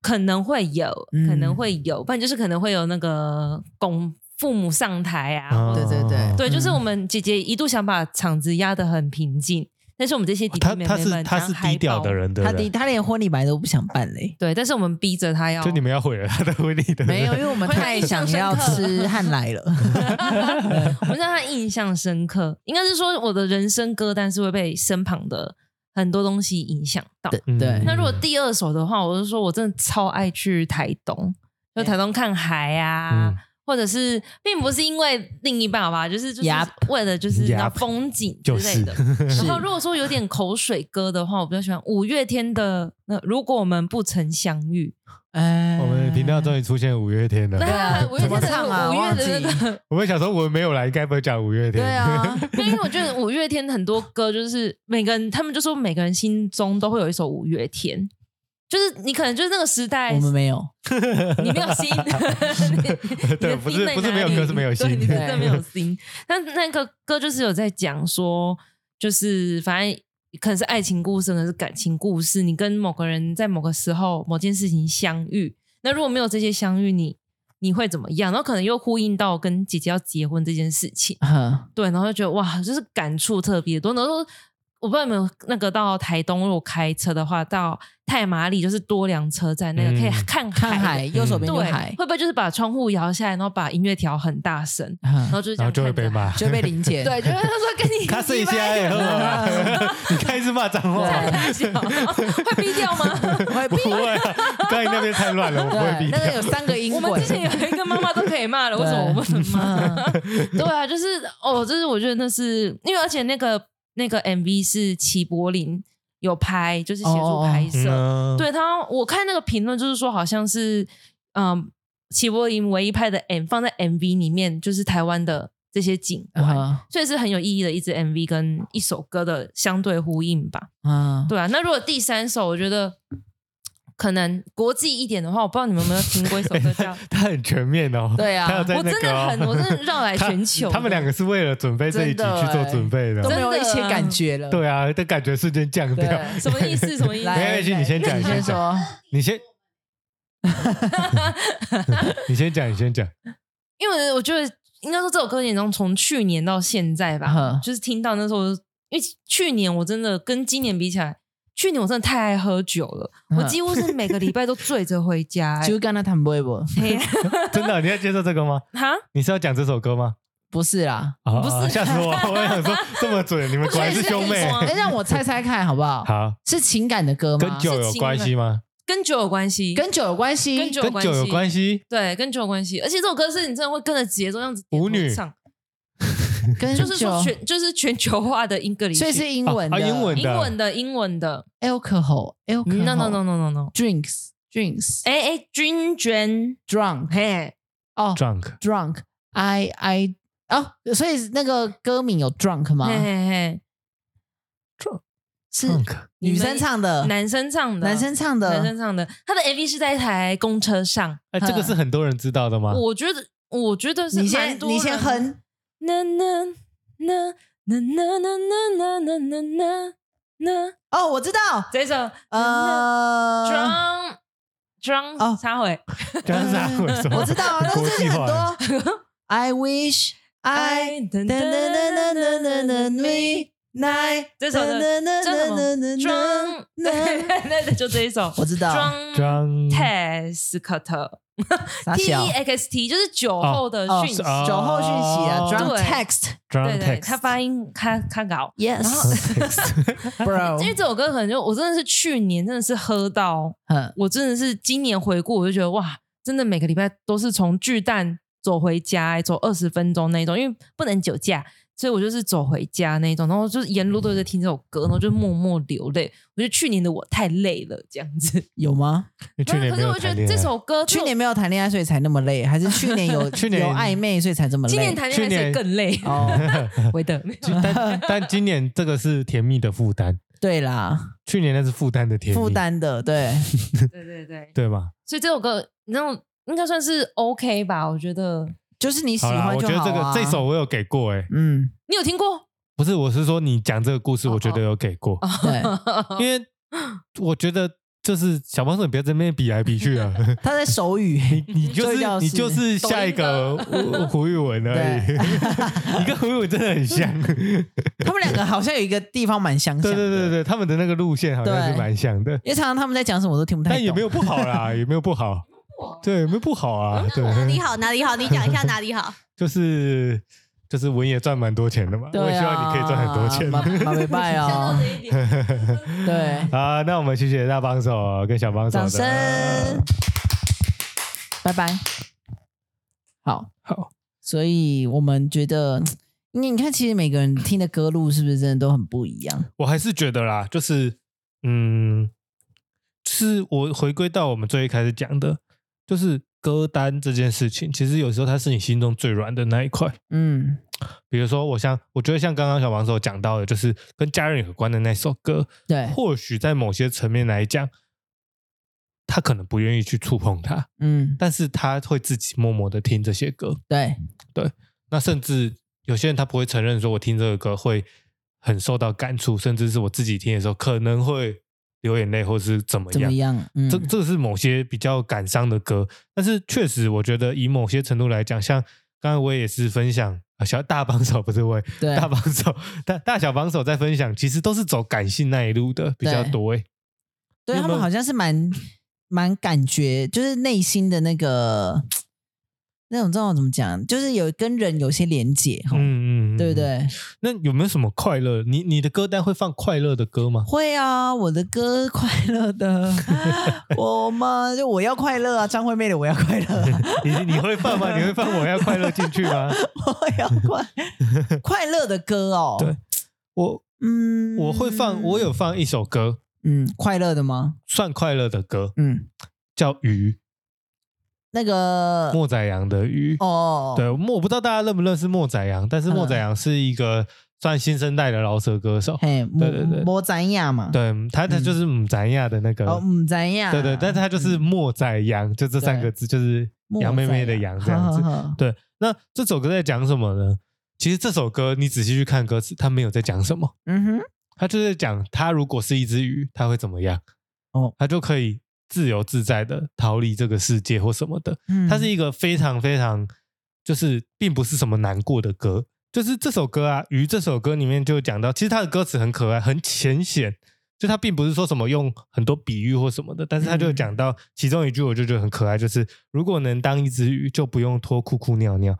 [SPEAKER 4] 可能会有，
[SPEAKER 2] 嗯
[SPEAKER 4] 可能会有，不然就是可能会有那个公父母上台啊，
[SPEAKER 1] 哦
[SPEAKER 4] 或者
[SPEAKER 2] 对对对，
[SPEAKER 4] 对，就是
[SPEAKER 2] 嗯
[SPEAKER 4] 我们姐姐一度想把场子压得很平静，但是我们这些弟弟
[SPEAKER 1] 他
[SPEAKER 4] 妹
[SPEAKER 1] 他
[SPEAKER 4] 妹
[SPEAKER 1] 哦是
[SPEAKER 4] 们
[SPEAKER 1] 他是
[SPEAKER 4] 这样嗨
[SPEAKER 1] 低调
[SPEAKER 4] 爆
[SPEAKER 1] 的人，对
[SPEAKER 2] 他
[SPEAKER 1] 不
[SPEAKER 2] 的
[SPEAKER 1] 对？
[SPEAKER 2] 他连婚礼本来都不想办嘞，
[SPEAKER 4] 对，但是我们逼着他要
[SPEAKER 1] 就你们要毁了他的婚礼的，
[SPEAKER 2] (laughs) 没有，因为我们太想要吃汉来了，
[SPEAKER 4] (laughs) 我们让他印象深刻，应该是说我的人生歌单是会被身旁的很多东西影响到。
[SPEAKER 1] 嗯
[SPEAKER 2] 对
[SPEAKER 4] 那如果第二首的话，我是说我真的超爱去台东，就
[SPEAKER 2] 对
[SPEAKER 4] 台东看海啊，
[SPEAKER 1] 嗯
[SPEAKER 4] 或者是并不是因为另一半好吧，就是就是
[SPEAKER 2] Yup
[SPEAKER 4] 为了就是
[SPEAKER 1] Yup
[SPEAKER 4] 那风景之
[SPEAKER 2] (laughs)
[SPEAKER 4] 类的。
[SPEAKER 2] 是
[SPEAKER 4] 然后如果说有点口水歌的话，我比较喜欢五月天的那如果我们不曾相遇，
[SPEAKER 2] (laughs)
[SPEAKER 1] 嗯
[SPEAKER 2] 哎
[SPEAKER 1] 我们频道终于出现五月天了。
[SPEAKER 2] 啊
[SPEAKER 4] 五月
[SPEAKER 2] 怎
[SPEAKER 4] 天
[SPEAKER 2] 么唱啊
[SPEAKER 4] 的五月的
[SPEAKER 2] 忘
[SPEAKER 4] 那个。
[SPEAKER 1] 我们想说，我们没有来，应该不会讲五月天。
[SPEAKER 2] 对，啊，
[SPEAKER 4] 对，因为我觉得五月天很多歌就是每个人，他们就说每个人心中都会有一首五月天，就是你可能就是那个时代，
[SPEAKER 2] 我们没有，
[SPEAKER 4] 你没有
[SPEAKER 1] (laughs)
[SPEAKER 4] 心，
[SPEAKER 1] 对
[SPEAKER 4] 对
[SPEAKER 1] 不是不是没有歌是没有心
[SPEAKER 4] 你真的没有心。但那个歌就是有在讲说，就是反正可能是爱情故事，可能是感情故事，你跟某个人在某个时候某件事情相遇，那如果没有这些相遇，你你会怎么样？然后可能又呼应到跟姐姐要结婚这件事情。
[SPEAKER 2] (laughs) 哼
[SPEAKER 4] 对，然后就觉得哇，就是感触特别多。然后我不知道你们有那个到台东，如果开车的话，到太麻里就是多良车站那个、可以
[SPEAKER 1] 嗯
[SPEAKER 4] 看海
[SPEAKER 2] 看
[SPEAKER 4] 的，
[SPEAKER 2] 海，右手边就
[SPEAKER 4] 对，
[SPEAKER 2] (laughs) 海，
[SPEAKER 4] 会不会就是把窗户摇下来，然后把音乐调很大声，然后
[SPEAKER 2] 哼
[SPEAKER 4] 就是
[SPEAKER 1] (laughs)
[SPEAKER 4] 这
[SPEAKER 1] 然
[SPEAKER 4] 样
[SPEAKER 1] 后就会被
[SPEAKER 4] 看着海。
[SPEAKER 1] 骂。
[SPEAKER 2] 就被林姐，
[SPEAKER 4] 对，就是他说跟你
[SPEAKER 1] (laughs) 他睡一下也
[SPEAKER 4] 也
[SPEAKER 1] 喝啊，
[SPEAKER 4] (laughs)
[SPEAKER 1] 你开始骂脏话，
[SPEAKER 4] 太小， (laughs) 会逼掉吗？
[SPEAKER 1] (laughs)
[SPEAKER 2] 会
[SPEAKER 1] 不会啊，刚才那边太乱了，我不会
[SPEAKER 2] 对，
[SPEAKER 1] 逼
[SPEAKER 2] 那
[SPEAKER 1] 掉。
[SPEAKER 2] 个有三个音
[SPEAKER 4] 我们
[SPEAKER 2] 轨
[SPEAKER 4] 之，前有一个妈妈都可以骂
[SPEAKER 2] (laughs)
[SPEAKER 4] 了，为什么我不能骂？ (laughs) 对啊，就是哦，就是我觉得那是因为，而且那个那个 MV 是齐柏林有拍，就是协助拍
[SPEAKER 1] 嗯
[SPEAKER 4] 摄。
[SPEAKER 1] 啊
[SPEAKER 4] 对他，我看那个评论就是说，好像是嗯，齐柏林唯一拍的 M 放在 MV 里面，就是台湾的这些景观， (laughs)
[SPEAKER 2] 啊
[SPEAKER 4] 所以是很有意义的一支 MV 跟一首歌的相对呼应吧。
[SPEAKER 2] 啊，
[SPEAKER 4] 对啊，那如果第三首，我觉得可能国际一点的话，我不知道你们有没有听过一首歌叫
[SPEAKER 1] 他很全面哦。
[SPEAKER 2] 对
[SPEAKER 1] (laughs)
[SPEAKER 2] 啊
[SPEAKER 1] 他有在
[SPEAKER 4] 我
[SPEAKER 1] 那
[SPEAKER 4] 真
[SPEAKER 1] 个
[SPEAKER 4] 的
[SPEAKER 1] 哦
[SPEAKER 4] 很我真的绕来全球
[SPEAKER 1] 他他们两个是为了准备这一集
[SPEAKER 2] 真的
[SPEAKER 1] 去做
[SPEAKER 2] 欸
[SPEAKER 1] 准备的
[SPEAKER 2] 都
[SPEAKER 1] 哦。
[SPEAKER 2] 没有一些感觉了。
[SPEAKER 1] 对啊，但感觉瞬间降掉。
[SPEAKER 2] 对
[SPEAKER 4] 什么意思？什么意思？
[SPEAKER 1] 没关系，你先讲，
[SPEAKER 2] 你先
[SPEAKER 1] 讲，
[SPEAKER 4] (laughs)
[SPEAKER 2] 说，
[SPEAKER 1] 你先， (laughs) 你先讲，你先讲。
[SPEAKER 4] 因为我觉得应该说这首歌有点从从去年到现在吧
[SPEAKER 2] 嗯，
[SPEAKER 4] 就是听到那时候，因为去年我真的跟今年比起来，去年我真的太爱喝酒了，
[SPEAKER 2] 嗯
[SPEAKER 4] 我几乎是每个礼拜都醉着回家、欸。
[SPEAKER 2] 就跟他谈不不？
[SPEAKER 4] 嘿
[SPEAKER 1] 真的，你要接受这个吗？
[SPEAKER 4] 哈，
[SPEAKER 1] 你是要讲这首歌吗？
[SPEAKER 2] 不是啦，
[SPEAKER 1] 啊
[SPEAKER 4] 不是
[SPEAKER 1] 吓死我！我也想说这么准，你
[SPEAKER 2] (laughs)
[SPEAKER 1] 们果然是兄妹。
[SPEAKER 2] 哎，让我猜猜看好不好？
[SPEAKER 1] 好，
[SPEAKER 2] 是情感的歌
[SPEAKER 1] 跟
[SPEAKER 2] 吗？
[SPEAKER 1] 酒有关系吗？
[SPEAKER 4] 跟酒有关系，
[SPEAKER 2] 跟酒有关系，
[SPEAKER 4] 跟酒
[SPEAKER 1] 跟酒有关系？
[SPEAKER 4] 对跟酒有关系，而且这首歌是你真的会跟着节奏这样子
[SPEAKER 1] 舞女
[SPEAKER 4] 点头唱，
[SPEAKER 2] 跟
[SPEAKER 4] 就是
[SPEAKER 2] 酒，
[SPEAKER 4] 说全就是全球化的英格里，
[SPEAKER 2] 所以是英文的，
[SPEAKER 1] 啊啊英文
[SPEAKER 4] 英文的英文的
[SPEAKER 2] alcohol，alcohol
[SPEAKER 4] ，no no no no no no，
[SPEAKER 2] drinks drinks
[SPEAKER 4] 哎哎君娟，
[SPEAKER 2] drunk
[SPEAKER 4] 嘿，
[SPEAKER 2] 哦
[SPEAKER 1] drunk
[SPEAKER 2] drunk I I 哦，所以那个歌名有 drunk 吗
[SPEAKER 4] 嘿？嘿嘿，
[SPEAKER 2] 是
[SPEAKER 1] drunk
[SPEAKER 2] 女生唱的，
[SPEAKER 4] 男生唱的，
[SPEAKER 2] 男生唱
[SPEAKER 4] 男生
[SPEAKER 2] 的，
[SPEAKER 4] 唱的，他的 MV 是在一台公车上，
[SPEAKER 1] 哎，这个是很多人知道的吗？
[SPEAKER 4] 我觉得我觉得是
[SPEAKER 2] 你
[SPEAKER 4] 蛮
[SPEAKER 2] 先
[SPEAKER 4] 多
[SPEAKER 2] 你先
[SPEAKER 4] 人的，
[SPEAKER 2] 哼，
[SPEAKER 4] 呐呐呐呐呐呐呐呐呐呐呐，
[SPEAKER 2] 哦，我知道，
[SPEAKER 4] 这首呃
[SPEAKER 2] 呃，
[SPEAKER 4] ，drum drum
[SPEAKER 2] 哦
[SPEAKER 4] 插回，
[SPEAKER 1] 刚是哪鬼什么？
[SPEAKER 2] 我知道啊，但是
[SPEAKER 1] 国
[SPEAKER 2] 就是
[SPEAKER 1] 际
[SPEAKER 2] 很
[SPEAKER 1] 化的。
[SPEAKER 2] 多 (laughs) I wish I 噔
[SPEAKER 4] 噔噔
[SPEAKER 2] 噔噔噔噔噔噔 midnight，
[SPEAKER 4] 这首的
[SPEAKER 2] 噔噔
[SPEAKER 4] 这是什么
[SPEAKER 2] 噔噔
[SPEAKER 4] 装，对
[SPEAKER 2] 噔，
[SPEAKER 4] 对对，就这一首。
[SPEAKER 2] 我知道，
[SPEAKER 4] 装
[SPEAKER 1] drunk
[SPEAKER 4] text
[SPEAKER 2] 傻
[SPEAKER 4] t
[SPEAKER 2] 小
[SPEAKER 4] e。x t 就是酒后的
[SPEAKER 2] 哦
[SPEAKER 4] 讯息
[SPEAKER 2] 是，酒后讯息啊
[SPEAKER 1] 哦
[SPEAKER 2] ，drunk
[SPEAKER 4] 对
[SPEAKER 2] text。
[SPEAKER 4] 对
[SPEAKER 1] drunk
[SPEAKER 4] 对，他
[SPEAKER 1] text
[SPEAKER 4] 发音他他搞。
[SPEAKER 2] Yes, bro
[SPEAKER 4] 因为这首歌可能 (laughs) 就我真的是去年真的是喝到，
[SPEAKER 2] 嗯。
[SPEAKER 4] 我真的是今年回顾我就觉得哇，真的每个礼拜都是从巨蛋走回家、欸走二十分钟那一种，因为不能酒驾，所以我就是走回家那一种，然后就是沿路都
[SPEAKER 1] 嗯
[SPEAKER 4] 在听这首歌，然后就默默流泪。我觉得去年的我太累了，这样子。
[SPEAKER 2] 有吗？
[SPEAKER 1] 你 (laughs) 去年
[SPEAKER 4] 可
[SPEAKER 1] 没
[SPEAKER 4] 是
[SPEAKER 1] 有
[SPEAKER 4] 我觉
[SPEAKER 1] 谈
[SPEAKER 4] 得
[SPEAKER 1] 恋
[SPEAKER 4] 这
[SPEAKER 1] 爱。
[SPEAKER 4] 首歌
[SPEAKER 2] 去年没有谈恋爱，所以才那么累，
[SPEAKER 4] (laughs)
[SPEAKER 2] 还是去年有
[SPEAKER 1] 去年
[SPEAKER 2] 有暧昧，所以才这么累？
[SPEAKER 4] 今年谈恋爱
[SPEAKER 1] 去年
[SPEAKER 4] 谁更累？
[SPEAKER 1] (laughs)
[SPEAKER 2] 哦，
[SPEAKER 4] 维德没有啊
[SPEAKER 1] 其但但今年这个是甜蜜的负担，
[SPEAKER 2] 对啦，
[SPEAKER 1] 去年那是负担的甜蜜，
[SPEAKER 2] 负担的，对，
[SPEAKER 4] 对对对，
[SPEAKER 1] 对吧？
[SPEAKER 4] 所以这首歌你那种应该算是 OK 吧？我觉得
[SPEAKER 2] 就是你喜
[SPEAKER 1] 好啦，
[SPEAKER 2] 欢
[SPEAKER 1] 我
[SPEAKER 2] 就
[SPEAKER 1] 觉得
[SPEAKER 2] 好
[SPEAKER 1] 这个
[SPEAKER 2] 啊。
[SPEAKER 1] 这首，我有给过哎，
[SPEAKER 4] (laughs)
[SPEAKER 2] 嗯，
[SPEAKER 4] 你有听过，
[SPEAKER 1] 不是，我是说你讲这个故事，
[SPEAKER 4] 哦
[SPEAKER 1] 我觉得有给过，
[SPEAKER 2] 对，
[SPEAKER 1] 因为我觉得就是小帮手，你不要在那边比来比去啊，
[SPEAKER 2] 他在手语，
[SPEAKER 1] 你你就
[SPEAKER 2] 这
[SPEAKER 1] 是
[SPEAKER 2] 叫
[SPEAKER 1] 你就是下一个胡胡玉文而已， (laughs) 你跟胡玉文真的很像，
[SPEAKER 2] 他们两个好像有一个地方蛮相像
[SPEAKER 1] 对对
[SPEAKER 2] 的，
[SPEAKER 1] 对对，他们的那个路线好像是
[SPEAKER 2] 对
[SPEAKER 1] 蛮像的，
[SPEAKER 2] 因为常常他们在讲什么我都听不太
[SPEAKER 1] 但
[SPEAKER 2] 懂，
[SPEAKER 1] 也没有不好
[SPEAKER 2] (laughs)
[SPEAKER 1] 啦，也没有不好，对，也没有不好啊，对，
[SPEAKER 3] 哪里好哪里好，你讲一下哪里好。
[SPEAKER 1] 就是就是文也赚蛮多钱的嘛，
[SPEAKER 2] 对啊，
[SPEAKER 1] 我也希望你可以赚很多
[SPEAKER 2] 马
[SPEAKER 1] 钱。
[SPEAKER 2] 马尾拜哦，对，
[SPEAKER 1] (laughs) 好，那我们谢谢大帮手跟小帮手的
[SPEAKER 2] 掌声，拜拜。好，
[SPEAKER 1] 好，
[SPEAKER 2] 所以我们觉得，你你看，其实每个人听的歌路是不是真的都很不一样？
[SPEAKER 1] 我还是觉得啦，就是嗯，就是我回归到我们最一开始讲的，就是歌单这件事情，其实有时候它是你心中最软的那一块。
[SPEAKER 2] 嗯，
[SPEAKER 1] 比如说，我像我觉得像刚刚小帮手讲到的，就是跟家人有关的那首歌，
[SPEAKER 2] 对，
[SPEAKER 1] 或许在某些层面来讲，他可能不愿意去触碰它，
[SPEAKER 2] 嗯，
[SPEAKER 1] 但是他会自己默默的听这些歌。
[SPEAKER 2] 对，
[SPEAKER 1] 那甚至有些人他不会承认说，我听这个歌会很受到感触，甚至是我自己听的时候可能会流眼泪，或是怎么
[SPEAKER 2] 怎么
[SPEAKER 1] 样。
[SPEAKER 2] 样？嗯，
[SPEAKER 1] 这这个是某些比较感伤的歌，但是确实我觉得以某些程度来讲，像刚才我也是分享。啊小大帮手不是我也，
[SPEAKER 2] 对
[SPEAKER 1] 大帮手大大小帮手在分享，其实都是走感性那一路的比较
[SPEAKER 2] 对
[SPEAKER 1] 多欸诶。
[SPEAKER 2] 对
[SPEAKER 1] 你有
[SPEAKER 2] 他
[SPEAKER 1] 没有
[SPEAKER 2] 们好像是蛮蛮感觉，就是内心的那个那种，这种怎么讲？就是有跟人有些连结，吼
[SPEAKER 1] 嗯嗯，嗯
[SPEAKER 2] 对不？对？
[SPEAKER 1] 那有没有什么快乐？你你的歌单会放快乐的歌
[SPEAKER 2] (laughs)
[SPEAKER 1] 吗？
[SPEAKER 2] 会啊，我的歌快乐
[SPEAKER 1] (laughs)
[SPEAKER 2] 的，我嘛就我要快乐啊，张惠妹的我要快乐、啊，
[SPEAKER 1] 你你会放吗？你会放我要
[SPEAKER 2] (laughs)
[SPEAKER 1] 快乐进去吗？ (laughs)
[SPEAKER 2] 我要快快乐的歌哦。
[SPEAKER 1] 对我
[SPEAKER 2] 嗯，
[SPEAKER 1] 我会放，我有放一首歌，
[SPEAKER 2] 嗯快乐的吗？
[SPEAKER 1] 算快乐的歌，
[SPEAKER 2] 嗯，
[SPEAKER 1] 叫《鱼
[SPEAKER 2] 那个》，
[SPEAKER 1] 莫宰阳的《鱼》。
[SPEAKER 2] 哦，嗯
[SPEAKER 1] 对，莫我不知道大家认不认识莫宰阳，但是莫宰阳是一个算新生代的饶舌歌手。
[SPEAKER 2] 嘿，
[SPEAKER 1] 对对对
[SPEAKER 2] 莫展雅嘛，，
[SPEAKER 1] 对，他他就是姆宰亚的那个，
[SPEAKER 2] 哦，莫展雅，
[SPEAKER 1] 对对，但他就是
[SPEAKER 2] 嗯
[SPEAKER 1] 莫宰阳，就这三个字，就是杨妹妹的杨这样
[SPEAKER 2] (laughs)
[SPEAKER 1] 子。
[SPEAKER 2] 子
[SPEAKER 1] 对，那这首歌在讲什么呢？其实这首歌你仔细去看歌词，他没有在讲什么，
[SPEAKER 2] 嗯哼，
[SPEAKER 1] 他就是在讲他如果是一只鱼，他会怎么样？
[SPEAKER 2] 哦，
[SPEAKER 1] 他就可以自由自在的逃离这个世界或什么的。
[SPEAKER 2] 嗯
[SPEAKER 1] 它是一个非常非常，就是并不是什么难过的歌，就是这首歌啊，《鱼》这首歌里面就讲到，其实它的歌词很可爱，很浅显，就它并不是说什么用很多比喻或什么的，但是它就讲到其中一句，我就觉得很可爱，就是如果能当一只鱼，就不用脱裤裤尿尿。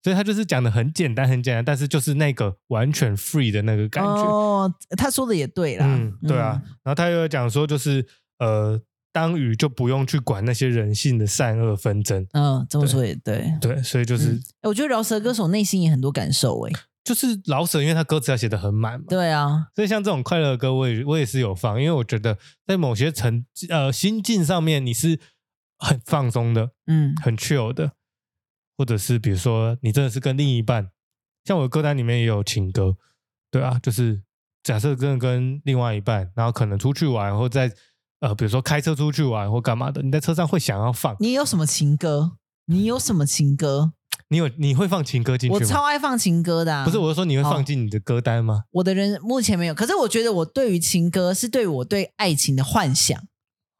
[SPEAKER 1] 所以它就是讲的很简单，很简单，但是就是那个完全 free 的那个感觉。
[SPEAKER 2] 哦，他说的也对啦，
[SPEAKER 1] 嗯，对啊。然后他又有讲说，就是呃，当鱼就不用去管那些人性的善恶纷争。
[SPEAKER 2] 嗯，嗯，这么
[SPEAKER 1] 对
[SPEAKER 2] 说也对。
[SPEAKER 1] 对，所以就是、
[SPEAKER 2] 嗯哎我觉得饶舌歌手内心也很多感受哎，
[SPEAKER 1] 就是老舍，因为他歌词要写的很满嘛，
[SPEAKER 2] 对啊，
[SPEAKER 1] 所以像这种快乐的歌，我也我也是有放，因为我觉得在某些层呃心境上面，你是很放松的，
[SPEAKER 2] 嗯
[SPEAKER 1] 很 chill 的，或者是比如说你真的是跟另一半，像我的歌单里面也有情歌，对啊，就是假设真的跟另外一半，然后可能出去玩，或在呃比如说开车出去玩或干嘛的，你在车上会想要放，
[SPEAKER 2] 你有什么情歌？你有什么情歌？
[SPEAKER 1] 你有你会放情歌进去
[SPEAKER 2] 我
[SPEAKER 1] 吗？
[SPEAKER 2] 超爱放情歌的、啊，
[SPEAKER 1] 不是，我是说你会
[SPEAKER 2] 哦
[SPEAKER 1] 放进你的歌单吗？
[SPEAKER 2] 我的人目前没有，可是我觉得我对于情歌是对我对爱情的幻想，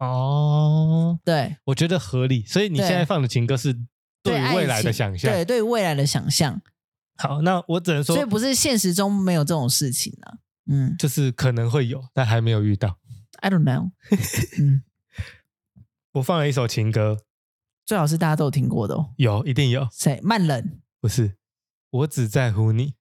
[SPEAKER 1] 哦，
[SPEAKER 2] 对
[SPEAKER 1] 我觉得合理，所以你
[SPEAKER 2] 对
[SPEAKER 1] 现在放的情歌是对
[SPEAKER 2] 爱
[SPEAKER 1] 于
[SPEAKER 2] 情
[SPEAKER 1] 未来的想象。
[SPEAKER 2] 对对未来的想象，
[SPEAKER 1] 好，那我只能说
[SPEAKER 2] 所以，不是现实中没有这种事情啊。嗯
[SPEAKER 1] 就是可能会有，但还没有遇到。
[SPEAKER 2] ，I don't know，嗯，
[SPEAKER 1] 我放了一首情歌，
[SPEAKER 2] 最好是大家都有听过的哦。
[SPEAKER 1] 有一定有，
[SPEAKER 2] 谁？慢冷，
[SPEAKER 1] 不是我只在乎你，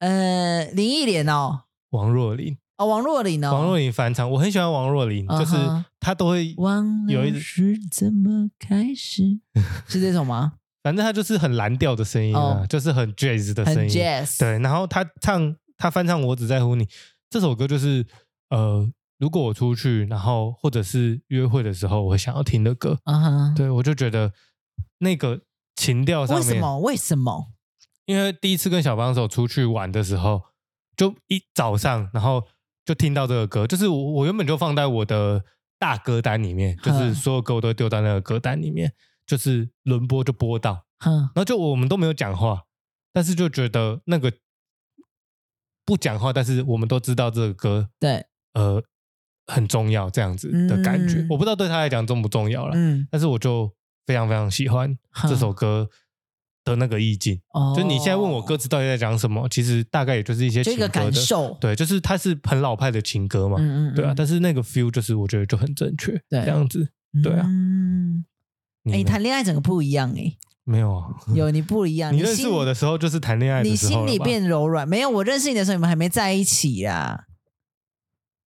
[SPEAKER 2] 呃，林忆莲哦，
[SPEAKER 1] 王若琳，
[SPEAKER 2] 哦，王若琳哦，
[SPEAKER 1] 王若琳返场，我很喜欢王若琳，
[SPEAKER 2] 嗯哼
[SPEAKER 1] 就是她都会
[SPEAKER 2] 忘
[SPEAKER 1] 有
[SPEAKER 2] 了
[SPEAKER 1] 一，
[SPEAKER 2] 是怎么开始，是这首吗？
[SPEAKER 1] 反正她就是很蓝调的声音啊，
[SPEAKER 2] 哦
[SPEAKER 1] 就是很 jazz (laughs) 的
[SPEAKER 2] 很
[SPEAKER 1] 声音，
[SPEAKER 2] jazz，
[SPEAKER 1] 对，然后他唱他翻唱《我只在乎你》这首歌，就是呃，如果我出去，然后或者是约会的时候，我会想要听的歌。
[SPEAKER 2] 嗯哼，
[SPEAKER 1] 对我就觉得那个情调上
[SPEAKER 2] 为
[SPEAKER 1] 面，
[SPEAKER 2] 什么？为什么？
[SPEAKER 1] 因为第一次跟小帮手出去玩的时候，就一早上，然后就听到这个歌，就是我我原本就放在我的大歌单里面，就是
[SPEAKER 2] 哼
[SPEAKER 1] 所有歌我都会丢到那个歌单里面，就是轮播就播到，
[SPEAKER 2] 哼，
[SPEAKER 1] 然后就我们都没有讲话，但是就觉得那个不讲话，但是我们都知道这个歌
[SPEAKER 2] 对，
[SPEAKER 1] 呃很重要这样子的感觉。
[SPEAKER 2] 嗯
[SPEAKER 1] 我不知道对他来讲重不重要了，
[SPEAKER 2] 嗯，
[SPEAKER 1] 但是我就非常非常喜欢
[SPEAKER 2] 哼
[SPEAKER 1] 这首歌的那个意境。
[SPEAKER 2] 哦，
[SPEAKER 1] 就你现在问我歌词到底在讲什么，其实大概也就是一些
[SPEAKER 2] 就一
[SPEAKER 1] 情歌
[SPEAKER 2] 个
[SPEAKER 1] 的
[SPEAKER 2] 感，受，
[SPEAKER 1] 对，就是它是很老派的情歌嘛，
[SPEAKER 2] 嗯嗯，
[SPEAKER 1] 对啊，
[SPEAKER 2] 嗯
[SPEAKER 1] 但是那个 feel 就是我觉得就很正确，
[SPEAKER 2] 对
[SPEAKER 1] 这样子。对啊
[SPEAKER 2] 嗯，哎，
[SPEAKER 1] 你呢
[SPEAKER 2] 谈恋爱整个不一样哎，
[SPEAKER 1] 没有啊？
[SPEAKER 2] 有你不一样，
[SPEAKER 1] 你认识
[SPEAKER 2] 心
[SPEAKER 1] 我的，时候就是谈恋爱的
[SPEAKER 2] 你
[SPEAKER 1] 时候
[SPEAKER 2] 心
[SPEAKER 1] 了
[SPEAKER 2] 里
[SPEAKER 1] 吧
[SPEAKER 2] 变柔软，没有我认识你的时候，你们还没在一起呀，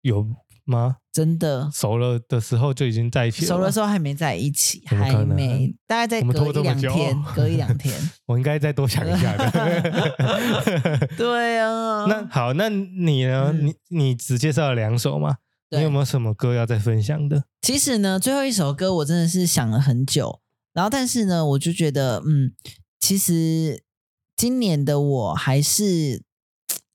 [SPEAKER 1] 有吗？
[SPEAKER 2] 真的。
[SPEAKER 1] 熟了的时候就已经在一起了。
[SPEAKER 2] 熟的时
[SPEAKER 1] 候，
[SPEAKER 2] 候还没在一起，
[SPEAKER 1] 怎么可
[SPEAKER 2] 还
[SPEAKER 1] 能
[SPEAKER 2] 没，大概再
[SPEAKER 1] 我们
[SPEAKER 2] 隔
[SPEAKER 1] 拖
[SPEAKER 2] 一
[SPEAKER 1] 这么
[SPEAKER 2] 两
[SPEAKER 1] 久
[SPEAKER 2] 天，隔一两
[SPEAKER 1] (laughs)
[SPEAKER 2] 天。
[SPEAKER 1] 我应该再多想一
[SPEAKER 2] (laughs)
[SPEAKER 1] 下 (laughs) 的。
[SPEAKER 2] 对啊，
[SPEAKER 1] 那好，那你呢？
[SPEAKER 2] 嗯
[SPEAKER 1] 你你只介绍了两首嘛？
[SPEAKER 2] 对
[SPEAKER 1] 你有没有什么歌要再分享的？
[SPEAKER 2] 其实呢，最后一首歌我真的是想了很久，然后但是呢，我就觉得，嗯，其实今年的我还是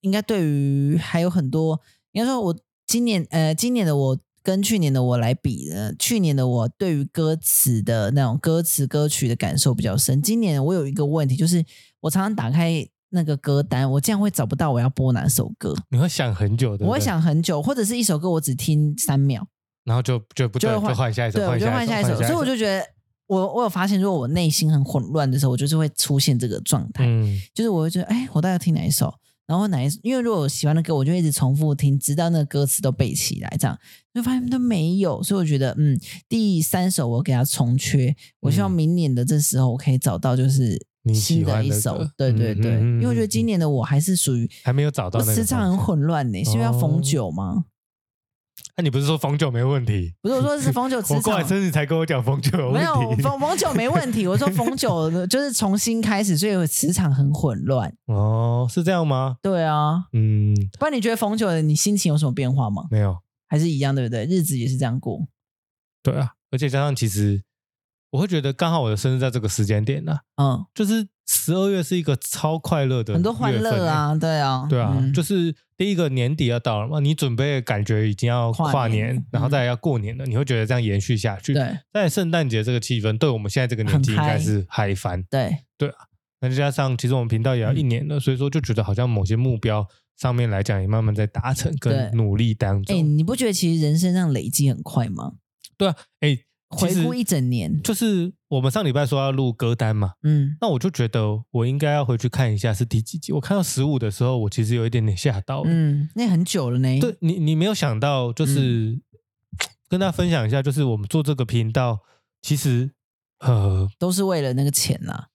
[SPEAKER 2] 应该对于还有很多，应该说我今年呃，今年的我跟去年的我来比呢，去年的我对于歌词的那种歌词歌曲的感受比较深，今年我有一个问题，就是我常常打开那个歌单，我竟然会找不到我要播哪首歌，
[SPEAKER 1] 你会想很久的，
[SPEAKER 2] 我会
[SPEAKER 1] 对不对，
[SPEAKER 2] 想很久，或者是一首歌我只听三秒。
[SPEAKER 1] 然后就就不对，
[SPEAKER 2] 就会
[SPEAKER 1] 就
[SPEAKER 2] 换
[SPEAKER 1] 哎换下一首，
[SPEAKER 2] 对，我就换下一首。所以我就觉得，我我有发现，如果我内心很混乱的时候，我就是会出现这个状态，
[SPEAKER 1] 嗯，
[SPEAKER 2] 就是我会觉得，哎，我到底要听哪一首？然后哪一首？因为如果我喜欢的歌，我就一直重复听，直到那个歌词都背起来，这样就发现都没有。所以我觉得，嗯，第三首我给它重缺，我希望
[SPEAKER 1] 嗯
[SPEAKER 2] 明年的这时候我可以找到就是
[SPEAKER 1] 你
[SPEAKER 2] 新
[SPEAKER 1] 喜欢
[SPEAKER 2] 一
[SPEAKER 1] 的
[SPEAKER 2] 首
[SPEAKER 1] 歌。
[SPEAKER 2] 对对
[SPEAKER 1] 嗯
[SPEAKER 2] 对，
[SPEAKER 1] 嗯嗯
[SPEAKER 2] 因为我觉得今年的我还是属于
[SPEAKER 1] 还没有找到
[SPEAKER 2] 我
[SPEAKER 1] 那个
[SPEAKER 2] 磁场
[SPEAKER 1] 方
[SPEAKER 2] 很
[SPEAKER 1] 向
[SPEAKER 2] 混乱呢、是因为要
[SPEAKER 1] 哦
[SPEAKER 2] 逢九吗？
[SPEAKER 1] 那、你不是说逢九没问题？
[SPEAKER 2] 不是我说是
[SPEAKER 1] (laughs)
[SPEAKER 2] 逢九
[SPEAKER 1] 我
[SPEAKER 2] 磁
[SPEAKER 1] 过来
[SPEAKER 2] 场。
[SPEAKER 1] 生日才跟我讲逢九有
[SPEAKER 2] 没
[SPEAKER 1] 问
[SPEAKER 2] 有
[SPEAKER 1] 题。
[SPEAKER 2] 逢逢九没问题，我说逢九的就是重新开始，所以我磁场很混乱。
[SPEAKER 1] (laughs) 哦，是这样吗？
[SPEAKER 2] 对啊，
[SPEAKER 1] 嗯，
[SPEAKER 2] 不然你觉得逢九的你心情有什么变化吗？
[SPEAKER 1] 没有。
[SPEAKER 2] 还是一样，对不对？日子也是这样过。
[SPEAKER 1] 对啊，而且加上其实我会觉得刚好我的生日在这个时间点呢、
[SPEAKER 2] 嗯，
[SPEAKER 1] 就是十二月是一个超快乐的、
[SPEAKER 2] 很多欢乐。啊，对啊，
[SPEAKER 1] 对啊，
[SPEAKER 2] 嗯
[SPEAKER 1] 就是第一个年底要到了嘛，你准备的感觉已经要
[SPEAKER 2] 跨
[SPEAKER 1] 跨
[SPEAKER 2] 年
[SPEAKER 1] 年，
[SPEAKER 2] 了
[SPEAKER 1] 然后
[SPEAKER 2] 嗯
[SPEAKER 1] 再来要过年了，你会觉得这样延续下去。
[SPEAKER 2] 对
[SPEAKER 1] 在圣诞节这个气氛，对我们现在这个年纪应
[SPEAKER 2] 很嗨
[SPEAKER 1] 该是嗨翻。
[SPEAKER 2] 对，
[SPEAKER 1] 那再加上，其实我们频道
[SPEAKER 2] 嗯
[SPEAKER 1] 也要一年了，所以说就觉得好像某些目标上面来讲也慢慢在达成
[SPEAKER 2] 对
[SPEAKER 1] 跟努力当
[SPEAKER 2] 哎，
[SPEAKER 1] 中。
[SPEAKER 2] 你不觉得其实人生这样累积很快吗？
[SPEAKER 1] 对啊，哎、其
[SPEAKER 2] 回
[SPEAKER 1] 实
[SPEAKER 2] 顾一整年，
[SPEAKER 1] 就是我们上礼拜说要录歌单嘛，
[SPEAKER 2] 嗯，
[SPEAKER 1] 那我就觉得我应该要回去看一下是第几集。我看到十五的时候，我其实有一点点吓到。
[SPEAKER 2] 嗯，那很久了呢。
[SPEAKER 1] 哦对你，你没有想到，就是、跟大家分享一下，就是我们做这个频道，其实呃，
[SPEAKER 2] 都是为了那个钱啦。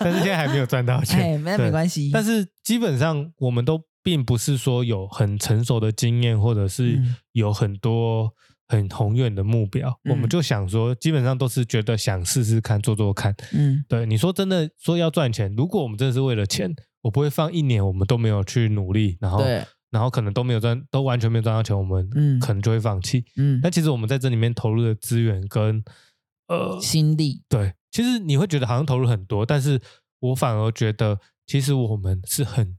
[SPEAKER 1] 但
[SPEAKER 2] (laughs)
[SPEAKER 1] 是现在还没有赚到钱，
[SPEAKER 2] 哎，那没
[SPEAKER 1] 系。
[SPEAKER 2] 关系。
[SPEAKER 1] 但是基本上我们都并不是说有很成熟的经验，或者是
[SPEAKER 2] 嗯
[SPEAKER 1] 有很多很宏远的目标，
[SPEAKER 2] 嗯
[SPEAKER 1] 我们就想说，基本上都是觉得想试试看，做做看。
[SPEAKER 2] 嗯，
[SPEAKER 1] 对，你说真的说要赚钱，如果我们真的是为了钱，我不会放一年我们都没有去努力，然后
[SPEAKER 2] 对，
[SPEAKER 1] 然后可能都没有赚，都完全没有赚到钱，我们
[SPEAKER 2] 嗯
[SPEAKER 1] 可能就会放弃。
[SPEAKER 2] 嗯
[SPEAKER 1] 那、，其实我们在这里面投入的资源跟呃
[SPEAKER 2] 心力，
[SPEAKER 1] 对，其实你会觉得好像投入很多，但是我反而觉得，其实我们是很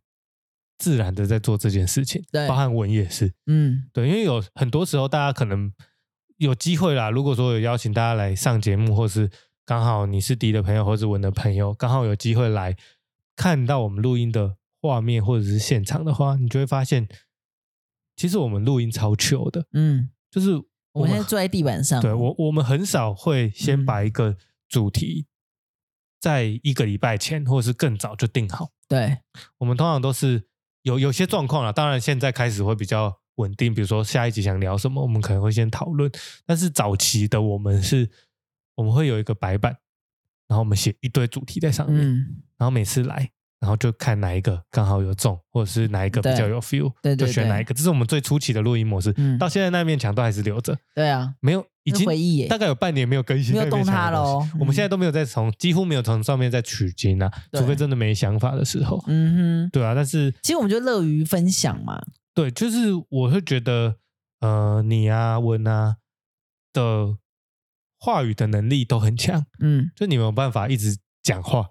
[SPEAKER 1] 自然的在做这件事情，
[SPEAKER 2] 对
[SPEAKER 1] 包含文也是，
[SPEAKER 2] 嗯，
[SPEAKER 1] 对，因为有很多时候大家可能有机会啦，如果说有邀请大家来上节目，或是刚好你是迪的朋友或是文的朋友，刚好有机会来看到我们录音的画面或者是现场的话，你就会发现，其实我们录音超糗的，
[SPEAKER 2] 嗯，
[SPEAKER 1] 就是
[SPEAKER 2] 我们现在坐在地板上，
[SPEAKER 1] 对我，我们很少会
[SPEAKER 2] 嗯
[SPEAKER 1] 先把一个主题在一个礼拜前或者是更早就定好。
[SPEAKER 2] 对，
[SPEAKER 1] 我们通常都是有有些状况了，当然现在开始会比较稳定，比如说下一集想聊什么，我们可能会先讨论。但是早期的我们是，我们会有一个白板，然后我们写一堆主题在上面，
[SPEAKER 2] 嗯，
[SPEAKER 1] 然后每次来。然后就看哪一个刚好有中，或者是哪一个比较
[SPEAKER 2] 对
[SPEAKER 1] 有 feel，
[SPEAKER 2] 对对
[SPEAKER 1] 就选
[SPEAKER 2] 对
[SPEAKER 1] 哪一个。这是我们最初期的录音模式，
[SPEAKER 2] 嗯
[SPEAKER 1] 到现在那面墙都还是留着。
[SPEAKER 2] 对啊，
[SPEAKER 1] 没有，已
[SPEAKER 2] 那
[SPEAKER 1] 经
[SPEAKER 2] 回忆耶
[SPEAKER 1] 大概有半年没有更新，
[SPEAKER 2] 没有动它
[SPEAKER 1] 喽。
[SPEAKER 2] 喽。
[SPEAKER 1] 我们
[SPEAKER 2] 嗯
[SPEAKER 1] 现在都没有再从，几乎没有从上面再取经啊，
[SPEAKER 2] 对
[SPEAKER 1] 除非真的没想法的时候。
[SPEAKER 2] 嗯哼，
[SPEAKER 1] 对啊，但是
[SPEAKER 2] 其实我们就乐于分享嘛，
[SPEAKER 1] 对，就是我会觉得，呃，你啊，文啊的话语的能力都很强，
[SPEAKER 2] 嗯，
[SPEAKER 1] 就你们有办法一直讲话，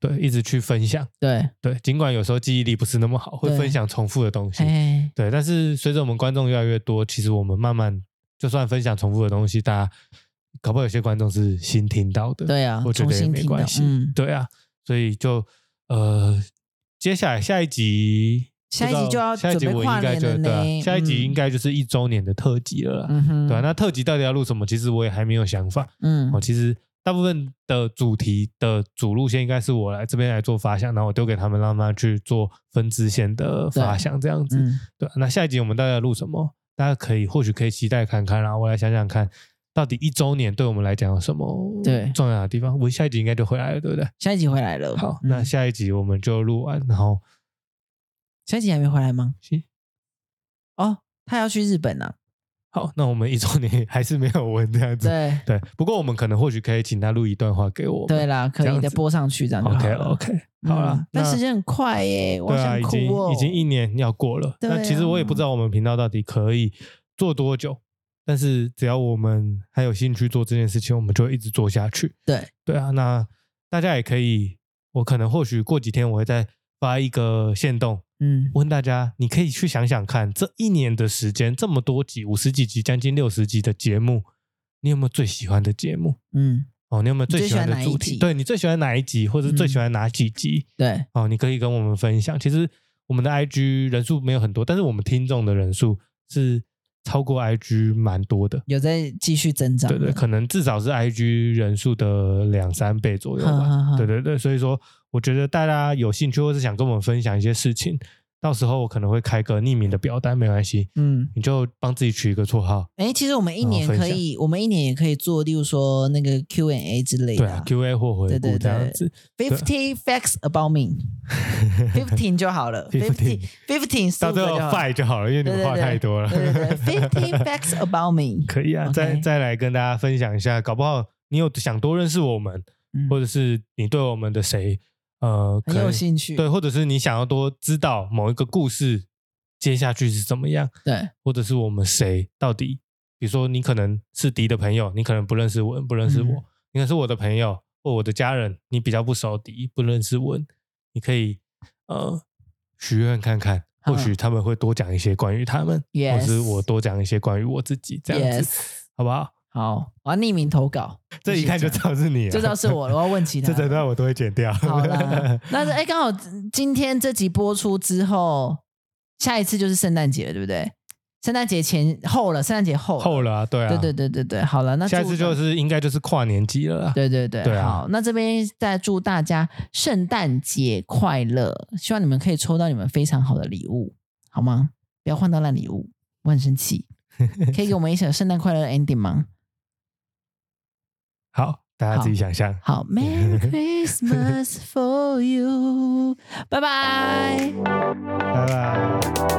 [SPEAKER 1] 对，一直去分享，
[SPEAKER 2] 对，
[SPEAKER 1] 对，尽管有时候记忆力不是那么好，会
[SPEAKER 2] 对
[SPEAKER 1] 分享重复的东西，
[SPEAKER 2] 哎，
[SPEAKER 1] 对，但是随着我们观众越来越多，其实我们慢慢就算分享重复的东西，大家搞不好有些观众是新听到的，
[SPEAKER 2] 对啊
[SPEAKER 1] 我觉
[SPEAKER 2] 重
[SPEAKER 1] 得也
[SPEAKER 2] 新
[SPEAKER 1] 没
[SPEAKER 2] 听
[SPEAKER 1] 关
[SPEAKER 2] 到
[SPEAKER 1] 系，
[SPEAKER 2] 嗯
[SPEAKER 1] 对啊，所以就呃，接下来下一集不知
[SPEAKER 2] 下
[SPEAKER 1] 道。
[SPEAKER 2] 一集就要
[SPEAKER 1] 下一集
[SPEAKER 2] 准备
[SPEAKER 1] 我
[SPEAKER 2] 跨
[SPEAKER 1] 应该
[SPEAKER 2] 年
[SPEAKER 1] 就
[SPEAKER 2] 了
[SPEAKER 1] 对啊
[SPEAKER 2] 呢
[SPEAKER 1] 下一集
[SPEAKER 2] 嗯
[SPEAKER 1] 应该就是一周年的特辑了啦。
[SPEAKER 2] 嗯哼，
[SPEAKER 1] 对啊，那特辑到底要录什么？其实我也还没有想法。
[SPEAKER 2] 嗯
[SPEAKER 1] 哦，，其实大部分的主题的主路线应该是我来这边来做发想，然后我丢给他们，让他们去做分支线的
[SPEAKER 2] 对
[SPEAKER 1] 发想，这样子。
[SPEAKER 2] 嗯，
[SPEAKER 1] 对，啊那下一集我们大概录什么？大家可以或许可以期待看看啦。我来想想看，到底一周年对我们来讲有什么
[SPEAKER 2] 对
[SPEAKER 1] 重要的地方？我下一集应该就回来了，对不对？
[SPEAKER 2] 下一集回来了，
[SPEAKER 1] 好，
[SPEAKER 2] 嗯
[SPEAKER 1] 那下一集我们就录完，然后
[SPEAKER 2] 下一集还没回来吗？
[SPEAKER 1] 行，
[SPEAKER 2] 哦，他要去日本啊，
[SPEAKER 1] 好，那我们一周年还是没有问这样子。
[SPEAKER 2] 对，
[SPEAKER 1] 对，不过我们可能或许可以请他录一段话给我们。
[SPEAKER 2] 对啦，可
[SPEAKER 1] 这
[SPEAKER 2] 以
[SPEAKER 1] 样
[SPEAKER 2] 的，
[SPEAKER 1] 子
[SPEAKER 2] 播上去这样就好
[SPEAKER 1] ，OK
[SPEAKER 2] 了。
[SPEAKER 1] OK，好
[SPEAKER 2] 嗯
[SPEAKER 1] 啦。
[SPEAKER 2] 但
[SPEAKER 1] 那
[SPEAKER 2] 时间很快耶，我
[SPEAKER 1] 对
[SPEAKER 2] 好
[SPEAKER 1] 啊，
[SPEAKER 2] 想
[SPEAKER 1] 已
[SPEAKER 2] 哭
[SPEAKER 1] 经
[SPEAKER 2] 哦，
[SPEAKER 1] 已经一年要过了。
[SPEAKER 2] 对啊
[SPEAKER 1] 那其实我也不知道我们频道到底可以做多久，但是只要我们还有兴趣做这件事情，我们就会一直做下去。
[SPEAKER 2] 对
[SPEAKER 1] 对啊，那大家也可以，我可能或许过几天我会再发一个限动，
[SPEAKER 2] 嗯，
[SPEAKER 1] 问大家，你可以去想想看，这一年的时间，这么多集，五十几集，将近六十集的节目，你有没有最喜欢的节目？
[SPEAKER 2] 嗯，
[SPEAKER 1] 哦，你有没有
[SPEAKER 2] 你最
[SPEAKER 1] 喜欢
[SPEAKER 2] 喜欢
[SPEAKER 1] 的
[SPEAKER 2] 哪一
[SPEAKER 1] 主题？
[SPEAKER 2] 集
[SPEAKER 1] 对你最喜欢哪一集，或者最喜
[SPEAKER 2] 嗯
[SPEAKER 1] 欢哪几集？
[SPEAKER 2] 对，
[SPEAKER 1] 哦，你可以跟我们分享。其实我们的 IG 人数没有很多，但是我们听众的人数是超过 IG 蛮多的。
[SPEAKER 2] 有在继续增长
[SPEAKER 1] 对
[SPEAKER 2] 的，
[SPEAKER 1] 对，可能至少是 IG 人数的两三倍左右吧。
[SPEAKER 2] 哼哼哼
[SPEAKER 1] 对对对，所以说我觉得大家有兴趣或是想跟我们分享一些事情，到时候我可能会开个匿名的表单，没关系，
[SPEAKER 2] 嗯，
[SPEAKER 1] 你就帮自己取一个绰号，
[SPEAKER 2] 哎，其实我们一
[SPEAKER 1] 然后
[SPEAKER 2] 年
[SPEAKER 1] 哦分
[SPEAKER 2] 可
[SPEAKER 1] 享
[SPEAKER 2] 以，我们一年也可以做，例如说那个 Q&A 之类
[SPEAKER 1] 对
[SPEAKER 2] 的
[SPEAKER 1] 啊
[SPEAKER 2] 啊、
[SPEAKER 1] ，Q&A 或回
[SPEAKER 2] 对对
[SPEAKER 1] 顾
[SPEAKER 2] 对
[SPEAKER 1] 这样子。
[SPEAKER 2] Fifty facts about (laughs) me，fifteen 就好了
[SPEAKER 1] 15
[SPEAKER 2] ，fifteen 四
[SPEAKER 1] 到
[SPEAKER 2] 个
[SPEAKER 1] 最
[SPEAKER 2] 就
[SPEAKER 1] 后
[SPEAKER 2] 好了
[SPEAKER 1] five 就好了，因为你们话太多了。
[SPEAKER 2] 对对对，fifty facts about me，
[SPEAKER 1] (laughs) 可以啊，再
[SPEAKER 2] OK
[SPEAKER 1] 再来跟大家分享一下，搞不好你有想多认识我们，
[SPEAKER 2] 嗯
[SPEAKER 1] 或者是你对我们的谁呃
[SPEAKER 2] 很
[SPEAKER 1] 可
[SPEAKER 2] 有
[SPEAKER 1] 能
[SPEAKER 2] 兴趣，
[SPEAKER 1] 对，或者是你想要多知道某一个故事接下去是怎么样，
[SPEAKER 2] 对
[SPEAKER 1] 或者是我们谁到底，比如说你可能是迪的朋友，你可能不认识文，不认识我，
[SPEAKER 2] 嗯
[SPEAKER 1] 你可能是我的朋友或我的家人，你比较不熟迪，不认识文，你可以呃许愿看看，或许
[SPEAKER 2] 嗯
[SPEAKER 1] 他们会多讲一些关于他们，或者是
[SPEAKER 2] Yes
[SPEAKER 1] 我多讲一些关于我自己这样子，
[SPEAKER 2] ，yes，
[SPEAKER 1] 好不好？
[SPEAKER 2] 好，我要匿名投稿，
[SPEAKER 1] 这一看就知道是你啊，
[SPEAKER 2] 这道是我，我要问其他
[SPEAKER 1] (laughs) 这
[SPEAKER 2] 人。
[SPEAKER 1] 整段我都会剪掉。
[SPEAKER 2] 好啦，那是哎，刚好今天这集播出之后，下一次就是圣诞节了，对不对？圣诞节前后了，圣诞节后
[SPEAKER 1] (laughs)
[SPEAKER 2] 了
[SPEAKER 1] 后了啊，对啊，
[SPEAKER 2] 对对对对对，好了，那
[SPEAKER 1] 下一
[SPEAKER 2] 祝
[SPEAKER 1] 次就是应该就是跨年季了啦。
[SPEAKER 2] 对对对，
[SPEAKER 1] 对啊
[SPEAKER 2] 好，那这边再祝大家圣诞节快乐，希望你们可以抽到你们非常好的礼物，好吗？不要换到烂礼物，我很
[SPEAKER 1] (laughs)
[SPEAKER 2] 生气。可以给我们一首圣诞快乐的 ending 吗？
[SPEAKER 1] 好，大家自己想
[SPEAKER 2] 好
[SPEAKER 1] 象。
[SPEAKER 2] 好，Merry
[SPEAKER 1] (laughs)
[SPEAKER 2] Christmas for you，拜拜。
[SPEAKER 1] 拜拜。